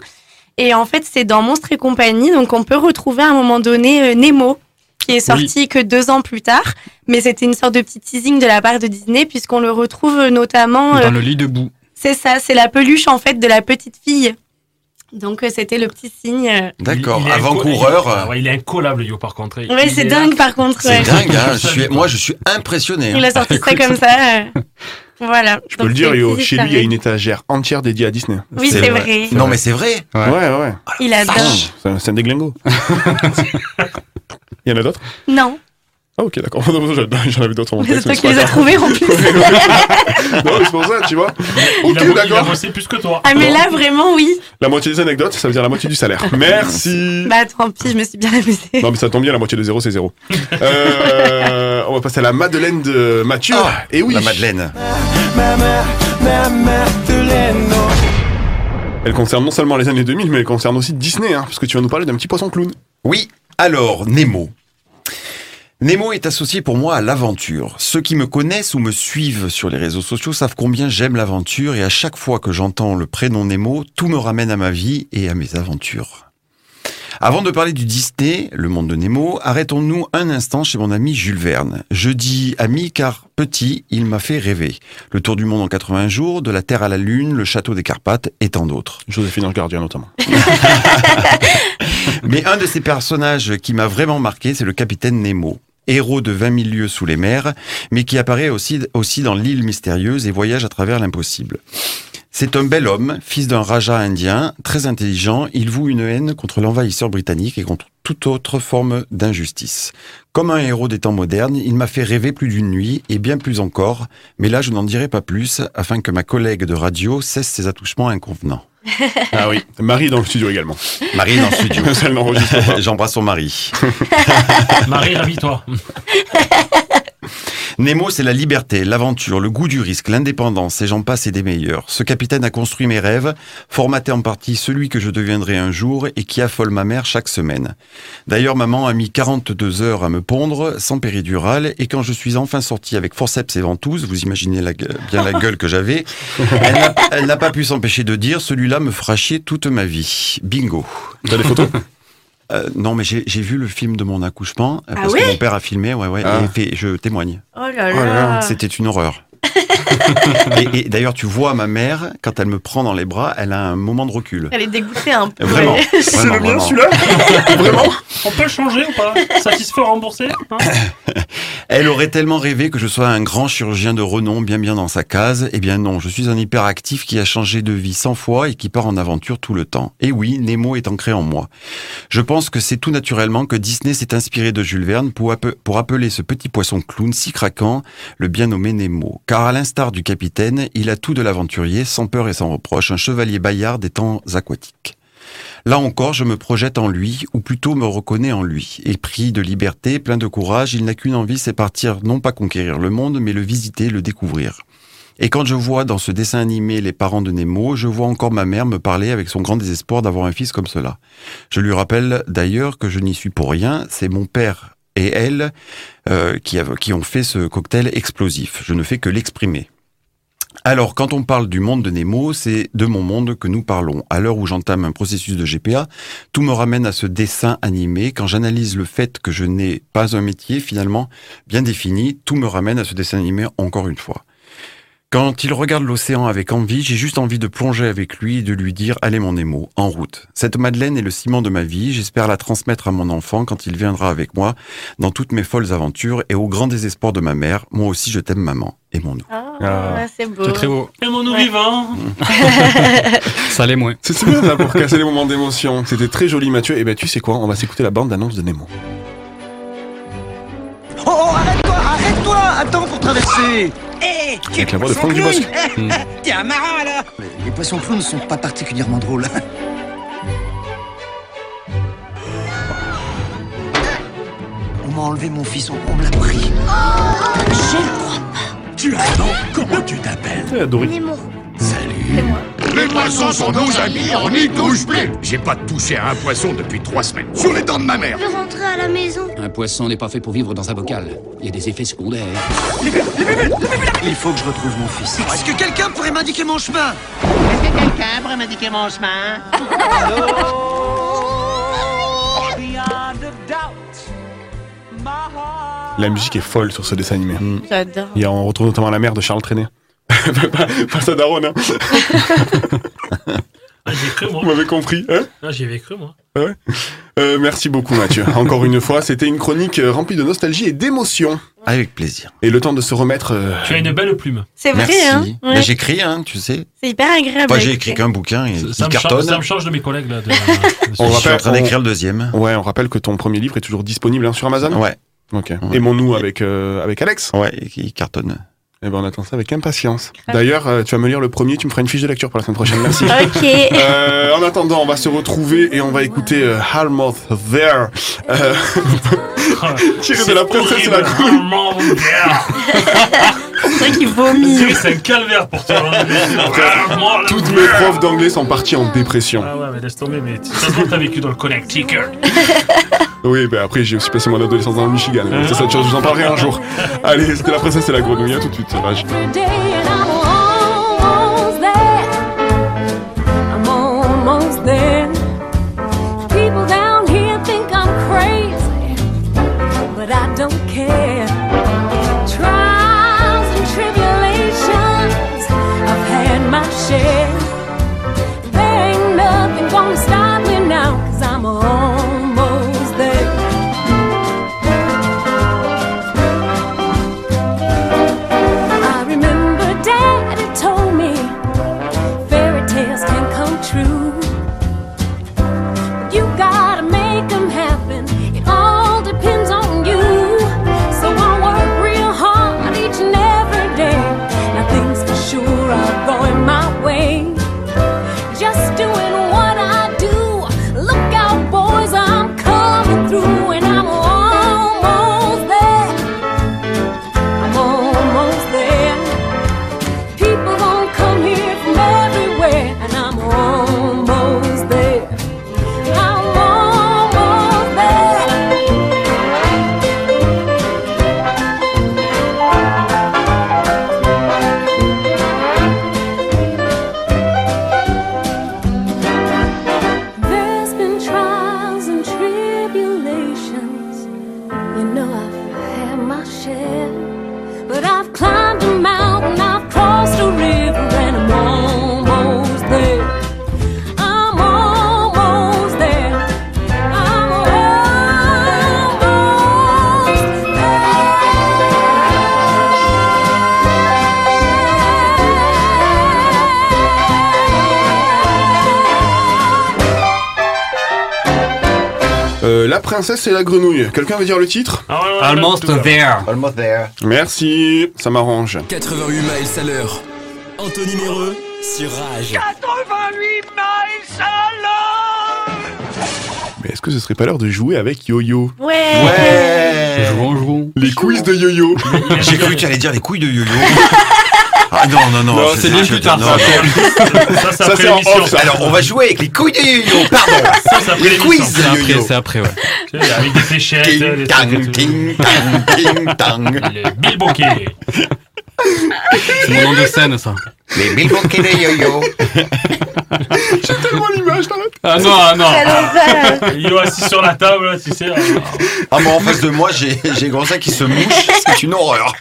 Et en fait, c'est dans Monstres et compagnie, donc on peut retrouver à un moment donné euh, Nemo, qui est sorti que deux ans plus tard, mais c'était une sorte de petit teasing de la part de Disney, puisqu'on le retrouve euh, notamment... euh, Dans le lit debout. C'est ça, c'est la peluche en fait de la petite fille. Donc euh, c'était le petit signe. euh. D'accord. Il est Avant-coureur. inco- Ah ouais, il est incollable, Yo, par contre. Ouais, Il c'est est- dingue par contre. C'est ouais. dingue, hein, je suis, moi je suis impressionné. hein. Il a sorti ça comme ça. euh, Voilà. Je peux le dire, Yo, chez lui, il y a une étagère entière dédiée à Disney. Oui, c'est vrai. Non mais c'est vrai. Ouais, ouais. ouais. Il adore. C'est un- C'est un déglingo. Il y en a d'autres Non, Ah, ok, d'accord. J'en avais d'autres en mais c'est tête, toi mais qui c'est les as pas grave. trouvés en plus. Non, mais c'est pour ça, tu vois. Il a, Ok, bo- il a d'accord. bossé plus que toi. Ah mais là vraiment oui. La moitié des anecdotes, ça veut dire la moitié du salaire. Merci. Bah tant pis, je me suis bien amusée. Non, mais ça tombe bien, la moitié de zéro, c'est zéro. Euh, on va passer à la Madeleine de Mathieu. Ah, et oui, La Madeleine. Ma mère, ma Madeleine, oh. elle concerne non seulement les années 2000, mais elle concerne aussi Disney, hein, parce que tu vas nous parler d'un petit poisson clown. Oui, alors Nemo. Nemo est associé pour moi à l'aventure. Ceux qui me connaissent ou me suivent sur les réseaux sociaux savent combien j'aime l'aventure et à chaque fois que j'entends le prénom Nemo, tout me ramène à ma vie et à mes aventures. Avant de parler du Disney, le monde de Nemo, arrêtons-nous un instant chez mon ami Jules Verne. Je dis ami car petit, il m'a fait rêver. Le tour du monde en 80 jours, de la Terre à la Lune, le château des Carpates et tant d'autres. Joséphine Ange Gardien, notamment. Mais un de ces personnages qui m'a vraiment marqué, c'est le capitaine Nemo. Héros de 20 000 lieues sous les mers, mais qui apparaît aussi, aussi dans l'île mystérieuse et voyage à travers l'impossible. C'est un bel homme, fils d'un raja indien, très intelligent, il voue une haine contre l'envahisseur britannique et contre toute autre forme d'injustice. Comme un héros des temps modernes, il m'a fait rêver plus d'une nuit et bien plus encore, mais là je n'en dirai pas plus afin que ma collègue de radio cesse ses attouchements inconvenants. Ah oui, Marie est dans le studio également. Marie est dans le studio. Ça, elle n'enregistre pas. J'embrasse son mari. Marie, ravis-toi. Nemo, c'est la liberté, l'aventure, le goût du risque, l'indépendance, et j'en passe et des meilleurs. Ce capitaine a construit mes rêves, formaté en partie celui que je deviendrai un jour et qui affole ma mère chaque semaine. D'ailleurs, maman a mis 42 heures à me pondre, sans péridurale, et quand je suis enfin sorti avec forceps et ventouse, vous imaginez la gueule- bien la gueule que j'avais, elle n'a- elle n'a pas pu s'empêcher de dire, celui-là me fera chier toute ma vie. Bingo. T'as des photos Euh, non, mais j'ai j'ai vu le film de mon accouchement, euh, Ah parce ouais que mon père a filmé, ouais, ouais, Ah. et fait- je témoigne. Oh là Oh là là. C'était une horreur. et et d'ailleurs, tu vois ma mère, quand elle me prend dans les bras, elle a un moment de recul. Elle est dégoûtée un peu. Vraiment. ouais. C'est le mien, vraiment. celui-là Vraiment On peut le changer ou pas Satisfait, remboursé hein Elle aurait tellement rêvé que je sois un grand chirurgien de renom, bien bien dans sa case. Eh bien non, je suis un hyperactif qui a changé de vie 100 fois et qui part en aventure tout le temps. Et oui, Nemo est ancré en moi. Je pense que c'est tout naturellement que Disney s'est inspiré de Jules Verne pour, appe- pour appeler ce petit poisson clown si craquant le bien nommé Nemo. Car à l'instar du capitaine, il a tout de l'aventurier, sans peur et sans reproche, un chevalier Bayard des temps aquatiques. Là encore, je me projette en lui, ou plutôt me reconnais en lui. Épris de liberté, plein de courage, il n'a qu'une envie, c'est partir non pas conquérir le monde, mais le visiter, le découvrir. Et quand je vois dans ce dessin animé les parents de Nemo, je vois encore ma mère me parler avec son grand désespoir d'avoir un fils comme cela. Je lui rappelle d'ailleurs que je n'y suis pour rien, c'est mon père et elle euh, qui, av- qui ont fait ce cocktail explosif. Je ne fais que l'exprimer. Alors, quand on parle du monde de Nemo, c'est de mon monde que nous parlons. À l'heure où j'entame un processus de GPA, tout me ramène à ce dessin animé. Quand j'analyse le fait que je n'ai pas un métier finalement bien défini, tout me ramène à ce dessin animé encore une fois. Quand il regarde l'océan avec envie, j'ai juste envie de plonger avec lui et de lui dire Allez mon Nemo, en route. Cette Madeleine est le ciment de ma vie, j'espère la transmettre à mon enfant quand il viendra avec moi dans toutes mes folles aventures et au grand désespoir de ma mère, moi aussi je t'aime maman, aimons-nous. Ah, Ah, c'est beau. c'est très beau. Aimons-nous vivants. Ça l'est moins. C'est bien ça pour casser les moments d'émotion. C'était très joli Mathieu. Et ben tu sais quoi, on va s'écouter la bande d'annonce de Nemo. Oh, oh, arrête-toi, arrête-toi Attends pour traverser Eh, Hé Avec la voix de Franck Dubosc. Hmm. T'es un marin, alors Les poissons flous ne sont pas particulièrement drôles. On m'a enlevé mon fils, on- on me l'a pris. Je le crois pas Tu as non Comment tu t'appelles Nemo. Les poissons sont nos amis, on n'y touche plus J'ai pas touché à un poisson depuis trois semaines. Sur les dents de ma mère Je veux rentrer à la maison. Un poisson n'est pas fait pour vivre dans un bocal. Il y a des effets secondaires. Il faut que je retrouve mon fils. Est-ce que quelqu'un pourrait m'indiquer mon chemin Est-ce que quelqu'un pourrait m'indiquer mon chemin La musique est folle sur ce dessin animé. J'adore. Il y a- on retrouve notamment la mère de Charles Trenet. pas, pas sa daronne. Hein. Vous m'avez compris, hein Ah, J'y avais cru, moi. Ouais. Euh, merci beaucoup Mathieu. Encore une fois, c'était une chronique euh, remplie de nostalgie et d'émotion. Avec plaisir. Et le temps de se remettre. euh, Tu as une belle plume. C'est vrai, Merci. hein Ben, Ouais. J'écris, hein, tu sais. C'est hyper agréable. Moi, j'ai écrit qu'un bouquin et Ça il me, change, cartonne. ça me change de mes collègues, là. de- Je suis en train d'écrire le deuxième. Ouais, on rappelle que ton premier livre est toujours disponible hein, sur Amazon. Ouais. Ok. Aimons-nous avec, euh, avec Alex. Ouais, il cartonne. Eh ben, on attend ça avec impatience. D'ailleurs, euh, tu vas me lire le premier, tu me feras une fiche de lecture pour la semaine prochaine. Merci. Ok. Euh, en attendant, on va se retrouver et on va écouter euh, Halmoth There. Euh, tiré de la princesse et la couille. C'est vrai qu'il vomit. Cyril, C'est un calvaire pour toi. hein. Vraiment, là. Toutes mes profs d'anglais sont partis en dépression. Ah ouais, mais laisse tomber, mais ça se voit que t'as vécu dans le Connecticut. Oui, ben après, j'ai aussi passé mon adolescence dans le Michigan. C'est ça, je vous en parlerai un jour. Allez, c'était la princesse et la grenouille. À tout de suite, c'est rage. Day and I'm almost there. I'm almost there. People down here think I'm crazy, but I don't care. Trials and tribulations, I've had my share. There ain't nothing gonna stop me now, cause I'm almost there. I remember Daddy told me fairy tales can come true. But you gotta make them happen. It all depends on you. So I work real hard each and every day. Now things for sure are going my way. Just doing what I do. Look out, boys, I'm coming through, and I'm almost there. I'm almost there. People gonna come here from everywhere, and I'm almost there. I'm almost there. There's been trials and tribulations. You know I've had my share. But I've climbed a mountain, I've crossed a river, and I'm almost there. I'm almost there. I'm almost Euh, la princesse et la grenouille. Quelqu'un veut dire le titre Almost there. Almost there. Merci, ça m'arrange. 88 miles à l'heure. Anthony Méreux sur 88 Rage. miles à l'heure Mais est-ce que ce serait pas l'heure de jouer avec Yo-Yo Ouais. Jouons, jouons. Les quiz de Yo-Yo. J'ai cru que tu allais dire les couilles de yo-yo. Ah non, non, non. Non, je- c'est bien je- plus tard, non, non. Ça, c'est après l'émission. en off. Alors, on va jouer avec les couilles de yo-yo, pardon. Ça, c'est après les l'émission. quiz C'est de après, yo-yo. c'est après, ouais. Avec des fléchettes, Ting, des trucs et tang, tout. ting, tang, ting, tang. Le bilboquet. C'est mon nom de scène, ça. Les bilboquets de yo-yo. J'ai tellement l'image, t'arrêtes. Ah non, ah non. Yo assis sur la table, là, tu sais. hein. Ah, moi, en face de moi, j'ai j'ai Gonza qui se mouche. C'est une horreur.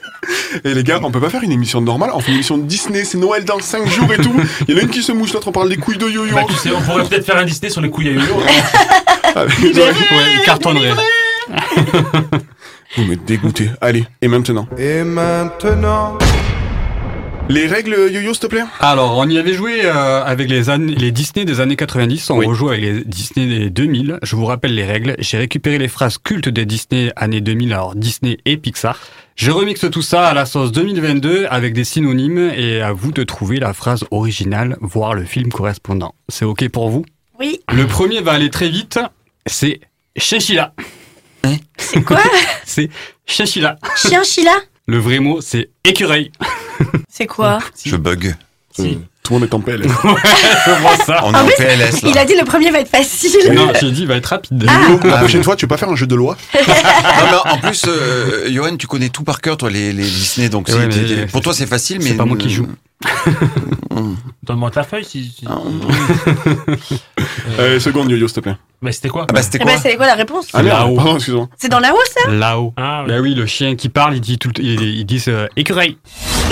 Et les gars, on peut pas faire une émission normale, on fait une émission de Disney, c'est Noël dans 5 jours et tout. Il y en a une qui se mouche, l'autre on parle des couilles de yo-yo. Bah, tu sais, on pourrait peut-être faire un Disney sur les couilles à yo-yo. hein. Ah, Ouais, cartonnerait. Vous me dégoûtez. Allez, et maintenant Et maintenant. Les règles yo-yo, s'il te plaît Alors, on y avait joué euh, avec les, an- les Disney des années 90, on rejoue avec les Disney des 2000. Je vous rappelle les règles. J'ai récupéré les phrases cultes des Disney années 2000, alors Disney et Pixar. Je remixe tout ça à la sauce 2022 avec des synonymes et à vous de trouver la phrase originale, voire le film correspondant. C'est OK pour vous Oui. Le premier va aller très vite, c'est Chinchilla. Hein C'est quoi C'est Chinchilla. Chien Chila Le vrai mot, c'est écureuil. C'est quoi Je bug. Tout le monde est en PLS. Je vois ça. On En plus, Il a dit le premier va être facile. Non, j'ai dit, il va être rapide. Ah. La prochaine fois, tu peux pas faire un jeu de loi Non, mais en plus, euh, Johan, tu connais tout par cœur, toi, les, les Disney. Donc, Ouais, c'est- mais t'es- c'est- pour toi, c'est facile, mais. euh, c'est pas moi qui joue. Donne-moi ta feuille si. si- Ah. Mm. Allez, Euh, seconde yo-yo, s'il te plaît. Mais c'était quoi Ah bah, c'était Eh ben, c'est quoi la réponse Ah merde, Là-haut. pardon, excuse-moi. C'est dans la hausse, ça Là-haut. Ah, Bah oui, le chien qui parle, il dit tout, il, il dit euh, écureuil.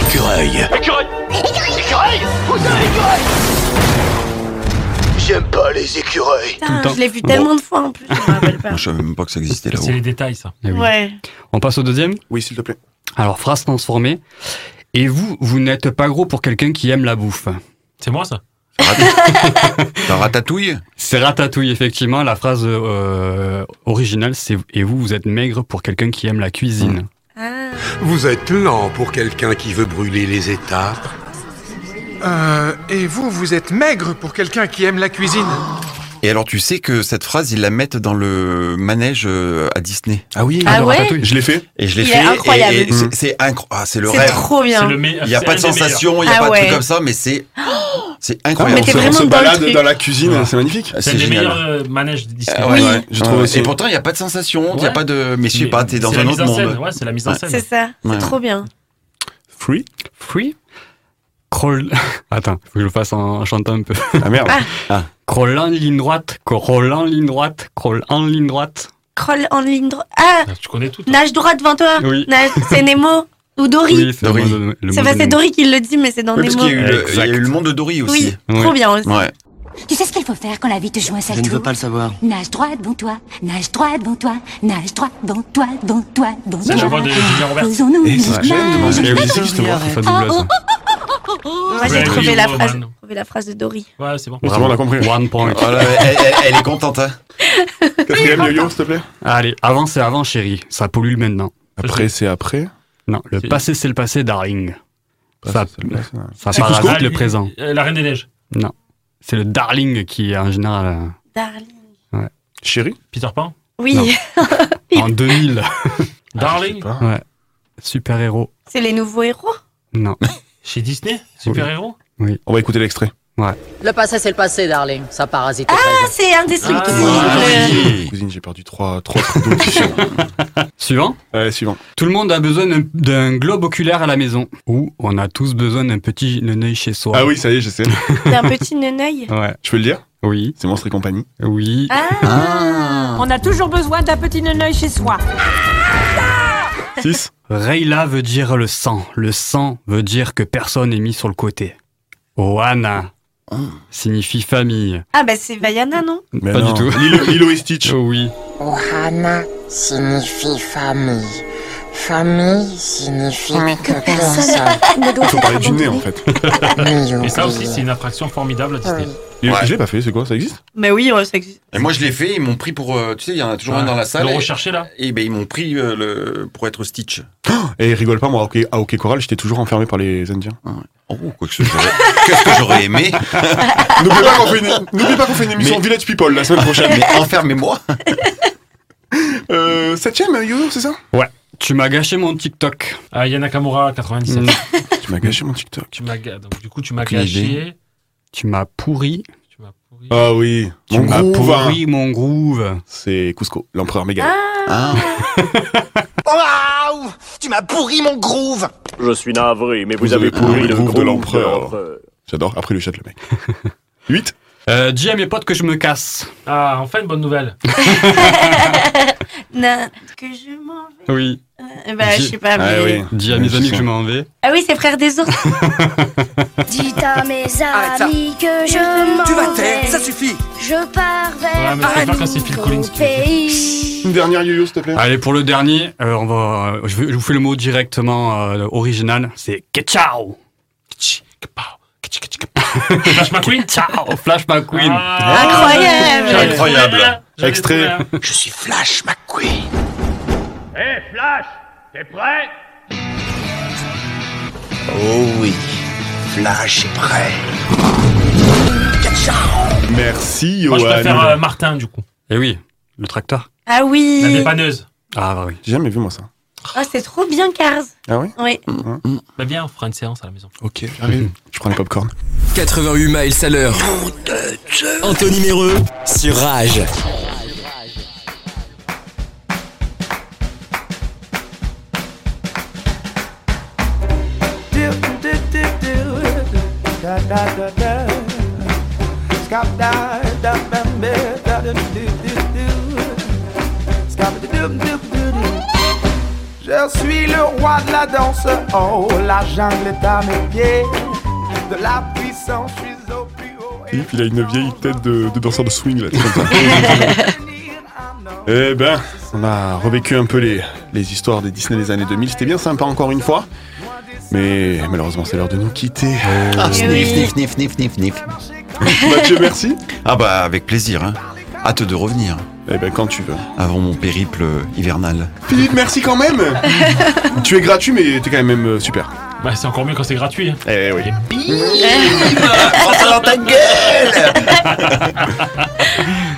Écureuil. Ah, Écureuil Écureuil Cousin, écureuil J'aime pas les écureuils. Putain, Je l'ai vu tellement de fois en plus. Je savais même pas que ça existait là-haut. C'est les détails, ça. Eh oui. Ouais. On passe au deuxième Oui, s'il te plaît. Alors, phrase transformée. Et vous, vous n'êtes pas gros pour quelqu'un qui aime la bouffe. C'est moi, ça La ratatouille C'est ratatouille, effectivement. La phrase euh, originale, c'est Et vous, vous êtes maigre pour quelqu'un qui aime la Hmm. cuisine. Vous êtes lent pour quelqu'un qui veut brûler les états. Euh, et vous, vous êtes maigre pour quelqu'un qui aime la cuisine. Et alors, tu sais que cette phrase, ils la mettent dans le manège euh, à Disney. Ah oui, Ah ouais Ratatouille. je l'ai fait. Et je l'ai Il est fait. et- incroyable. et Mm. c'est- C'est incroyable. Ah, c'est le C'est rêve. trop bien. C'est le meilleur- Il n'y a c'est pas de un des sensation, il n'y a meilleurs. pas de Ah truc ouais. comme ça, mais c'est. C'est on incroyable. Ah, se, Ah, on se balade dans la cuisine, Ouais. c'est magnifique. C'est C'est un des génial. meilleurs euh, manèges de Disney. Ah ouais, ouais. je trouve Ouais. aussi. Et pourtant, il n'y a pas de sensation, il n'y a Ouais. pas de. Mais je sais Mais pas, t'es dans c'est la un mise autre en scène, monde. ouais, c'est la mise en scène. C'est ça. Ouais. C'est trop bien. Free Free Crawl. Attends, faut que je le fasse en chantant un peu. Ah merde. Crawl en ligne droite, crawl en ligne droite, crawl en ligne droite. Crawl en ligne droite. Ah Tu connais tout. Nage droite 21. Oui. Nage- C'est Nemo. Ou Dory. Oui, c'est Dory. le mot de- le c'est mot pas de c'est Nemo. Dory qui le dit, mais c'est dans Oui, Nemo. parce qu'il y, a eu le- il y a Exact. eu le monde de Dory aussi. Oui. trop bien aussi. Ouais. Tu sais ce qu'il faut faire quand la vie te joue un sale tour le savoir. Nage droit devant toi, nage droit devant toi, nage droit devant toi, devant toi, devant C'est toi. la voix de Julien Robert. Faisons-nous Et une ça, nage, j'aime, moi, Eh nage. oui, c'est justement, c'est sa Oh, doubleuse. oh, Moi, j'ai Ouais, trouvé oui, oh. la ouais, phrase. man. j'ai trouvé la phrase de Dory. Ouais, c'est bon. Oui, c'est bon, on a compris. One point. Oh là, elle, elle- elle est contente, hein. Quatrième yo-yo, s'il te plaît. Allez, avant c'est avant, chérie. Ça pollue le maintenant. Après, c'est après. Non, le passé c'est le passé, darling. Ça, ça C'est parasite Cusco le présent. Euh, La Reine des Neiges. Non. C'est le darling qui est en général Darling. Chérie Peter Pan. Non. Oui, euh, en 2000. Darling. ouais. Super héros. c'est les nouveaux héros. Non. Chez Disney Super héros Oui. On va écouter l'extrait. Ouais. Le passé, c'est le passé, darling. Ça parasite. Ah, c'est indestructible. Ah, Cousine, j'ai perdu trois, trois trous d'audition. Suivant. Allez, suivant. Tout le monde a besoin d'un- d'un globe oculaire à la maison. Ou on a tous besoin d'un petit neneuil chez soi. Ah oui, ça y est, je sais. D'un petit neneuil. Ouais. Je peux le dire Oui. C'est Monstre et compagnie. Oui. Ah. On a toujours besoin d'un petit neneuil chez soi. 6. Rayla veut dire le sang. Le sang veut dire que personne n'est mis sur le côté. Oana Ah. signifie famille. Ah, bah c'est Vaiana, non Pas non. du tout. Oh Lilo- Lilo et Stitch. Oui. Ohana signifie famille. Famille signifie que personne ne doit Faut parler du nez, en fait. Et ça aussi, c'est une attraction formidable à Disney. Et Je l'ai pas fait, c'est quoi Ça existe Mais oui, ouais, ça existe. Et moi, je l'ai fait, ils m'ont pris pour. euh, Tu sais, il y en a toujours Ouais. un dans la salle. Le et- recherché, là Et ben, ils m'ont pris euh, le... pour être Stitch. Et rigole pas, moi, à OK, à OK Coral, j'étais toujours enfermé par les Indiens. Oh, quoi que ce- j'aurais- qu'est-ce que j'aurais aimé N'oubliez pas qu'on fait une, n'oubliez pas qu'on fait une émission Mais- Village People la semaine prochaine. Mais enfermez-moi Euh, septième yo-yo, c'est ça Ouais. Tu m'as gâché mon TikTok. Ah, Yana Kamura, 97. Mm. Tu Tu m'as gâché mon TikTok. Tu m'as ga- donc du coup tu m'as Aucune idée. gâché. Tu m'as pourri. Ah oui. hein. Tu m'as pourri mon groove. C'est Cusco, l'empereur Mégane. Waouh Tu m'as pourri mon groove Je suis navré, mais vous, Vous avez avez pourri pourri le le groupe de groupe l'empereur. J'adore. Après le chat, le mec. 8 euh, Dis à mes potes que je me casse. Ah, enfin une bonne nouvelle. Non, que je m'en vais. Oui. Euh, Bah, je sais Ah, pas, mais. Dis à mes amis que je m'en vais. Ah oui, c'est frère des ours. Dites à mes Arrête Ah, ça. amis que je m'en Tu vas te vais. taire, ça suffit. Je pars Ouais, vers mais c'est pas quand c'est Phil nouveau Collins qui le fait. pays. Une dernière yo-yo, s'il te plaît. Allez, pour le dernier, euh, on va, euh, je, vais- je vous fais le mot directement euh, original. C'est Ketchao. Flash McQueen Ah, Ciao Flash McQueen Incroyable. J'avais trouvé Incroyable. là, j'avais Extrait. trouvé là. Je suis Flash McQueen. Hé, Flash, t'es prêt Oh oui, Flash est prêt. Merci, Moi je Johan. préfère euh, Martin du coup. Eh oui, le tracteur. Ah oui. La dépanneuse. Ah bah oui. J'ai jamais vu moi ça. Ah, c'est trop bien, Cars. Ah oui Oui. Bah viens, on fera une séance à la maison. Ok, j'arrive. Je prends les popcorn. 88 miles à l'heure. Anthony Méreux sur Rage. do do do do da da da da scop da da da da da da do do do scop da do do do do Je suis le roi de la danse, oh la jungle est à mes pieds, de la puissance je suis au plus haut. Et puis il a une vieille tête de, de danseur de swing là, tu sais, comme ça. Eh ben, on a revécu un peu les, les histoires des Disney des années 2000. C'était bien sympa encore une fois. Mais malheureusement, c'est l'heure de nous quitter. Ah, sniff, sniff, sniff, sniff, sniff, sniff. Mathieu, merci. Ah bah avec plaisir. Hein. Hâte de revenir. Eh ben quand tu veux. Avant mon périple euh, hivernal. Philippe, merci quand même. tu es gratuit, mais t'es quand même euh, super. Bah c'est encore mieux quand c'est gratuit. hein. Eh oui. Oh, dans ta gueule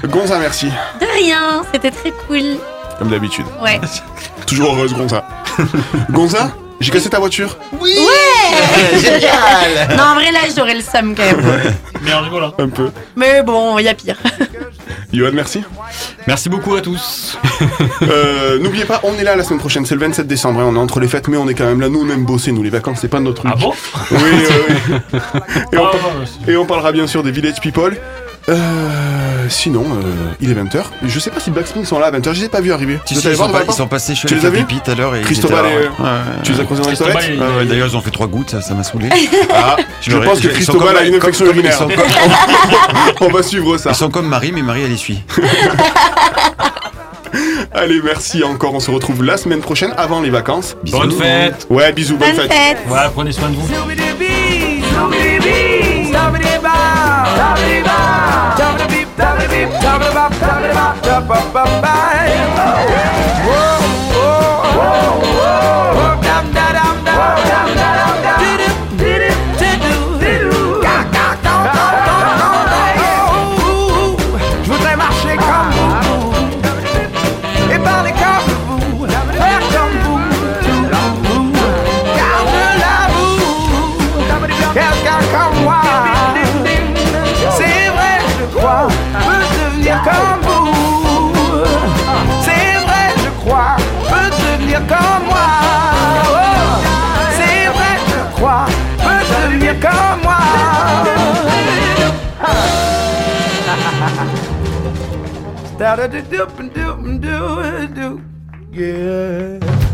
Gonza, merci. De rien, c'était très cool. Comme d'habitude. Ouais. Toujours heureuse, Gonza. Gonza, j'ai cassé ta voiture. Oui Ouais, génial. Non, en vrai, là, j'aurais le seum quand même. Mais en rigolant. Un peu. Mais bon, il y a pire. Johan, merci. Merci beaucoup à tous. Euh, N'oubliez pas, on est là la semaine prochaine, c'est le 27 décembre, hein, on est entre les fêtes, mais on est quand même là, nous on aime bosser, nous les vacances c'est pas notre truc. Ah bon Oui, oui, oui. Et, Ah on Ah, par- et on parlera bien sûr des Village People. Euh, sinon, euh, il est 20h. Je sais pas si Backspin sont là à 20h, je les ai pas vus arriver. Si, Vous si, allez ils voir sont pas- de vacances ils sont passés chez tu les les as vus Papy Pete à l'heure et ils Cristobal étaient là, et. ouais. Ouais, Tu les as ouais. croisés dans Ah les Cristobal, toilettes il- Ouais, ouais, d'ailleurs, ils ont fait trois gouttes, ça, ça m'a saoulé. Ah, je leur ai- pense que ils sont Cristobal comme- a une comme- infection comme- urinaire. ils sont On va suivre ça. Ils sont comme Marie, mais Marie, elle essuie. Allez, merci encore, on se retrouve la semaine prochaine avant les vacances. Bonne fête. Ouais, bisous, bonne, Bonne fête. fête. Ouais, prenez soin de vous. Je voudrais marcher comme vous et parler comme vous, faire comme vous, tout vous, car je l'avoue, quelqu'un comme moi, c'est vrai, je crois, peut devenir comme vous, c'est vrai, je crois, peut devenir comme moi, Oh, c'est vrai, je crois, peut devenir comme moi. Da da da do do do do yeah.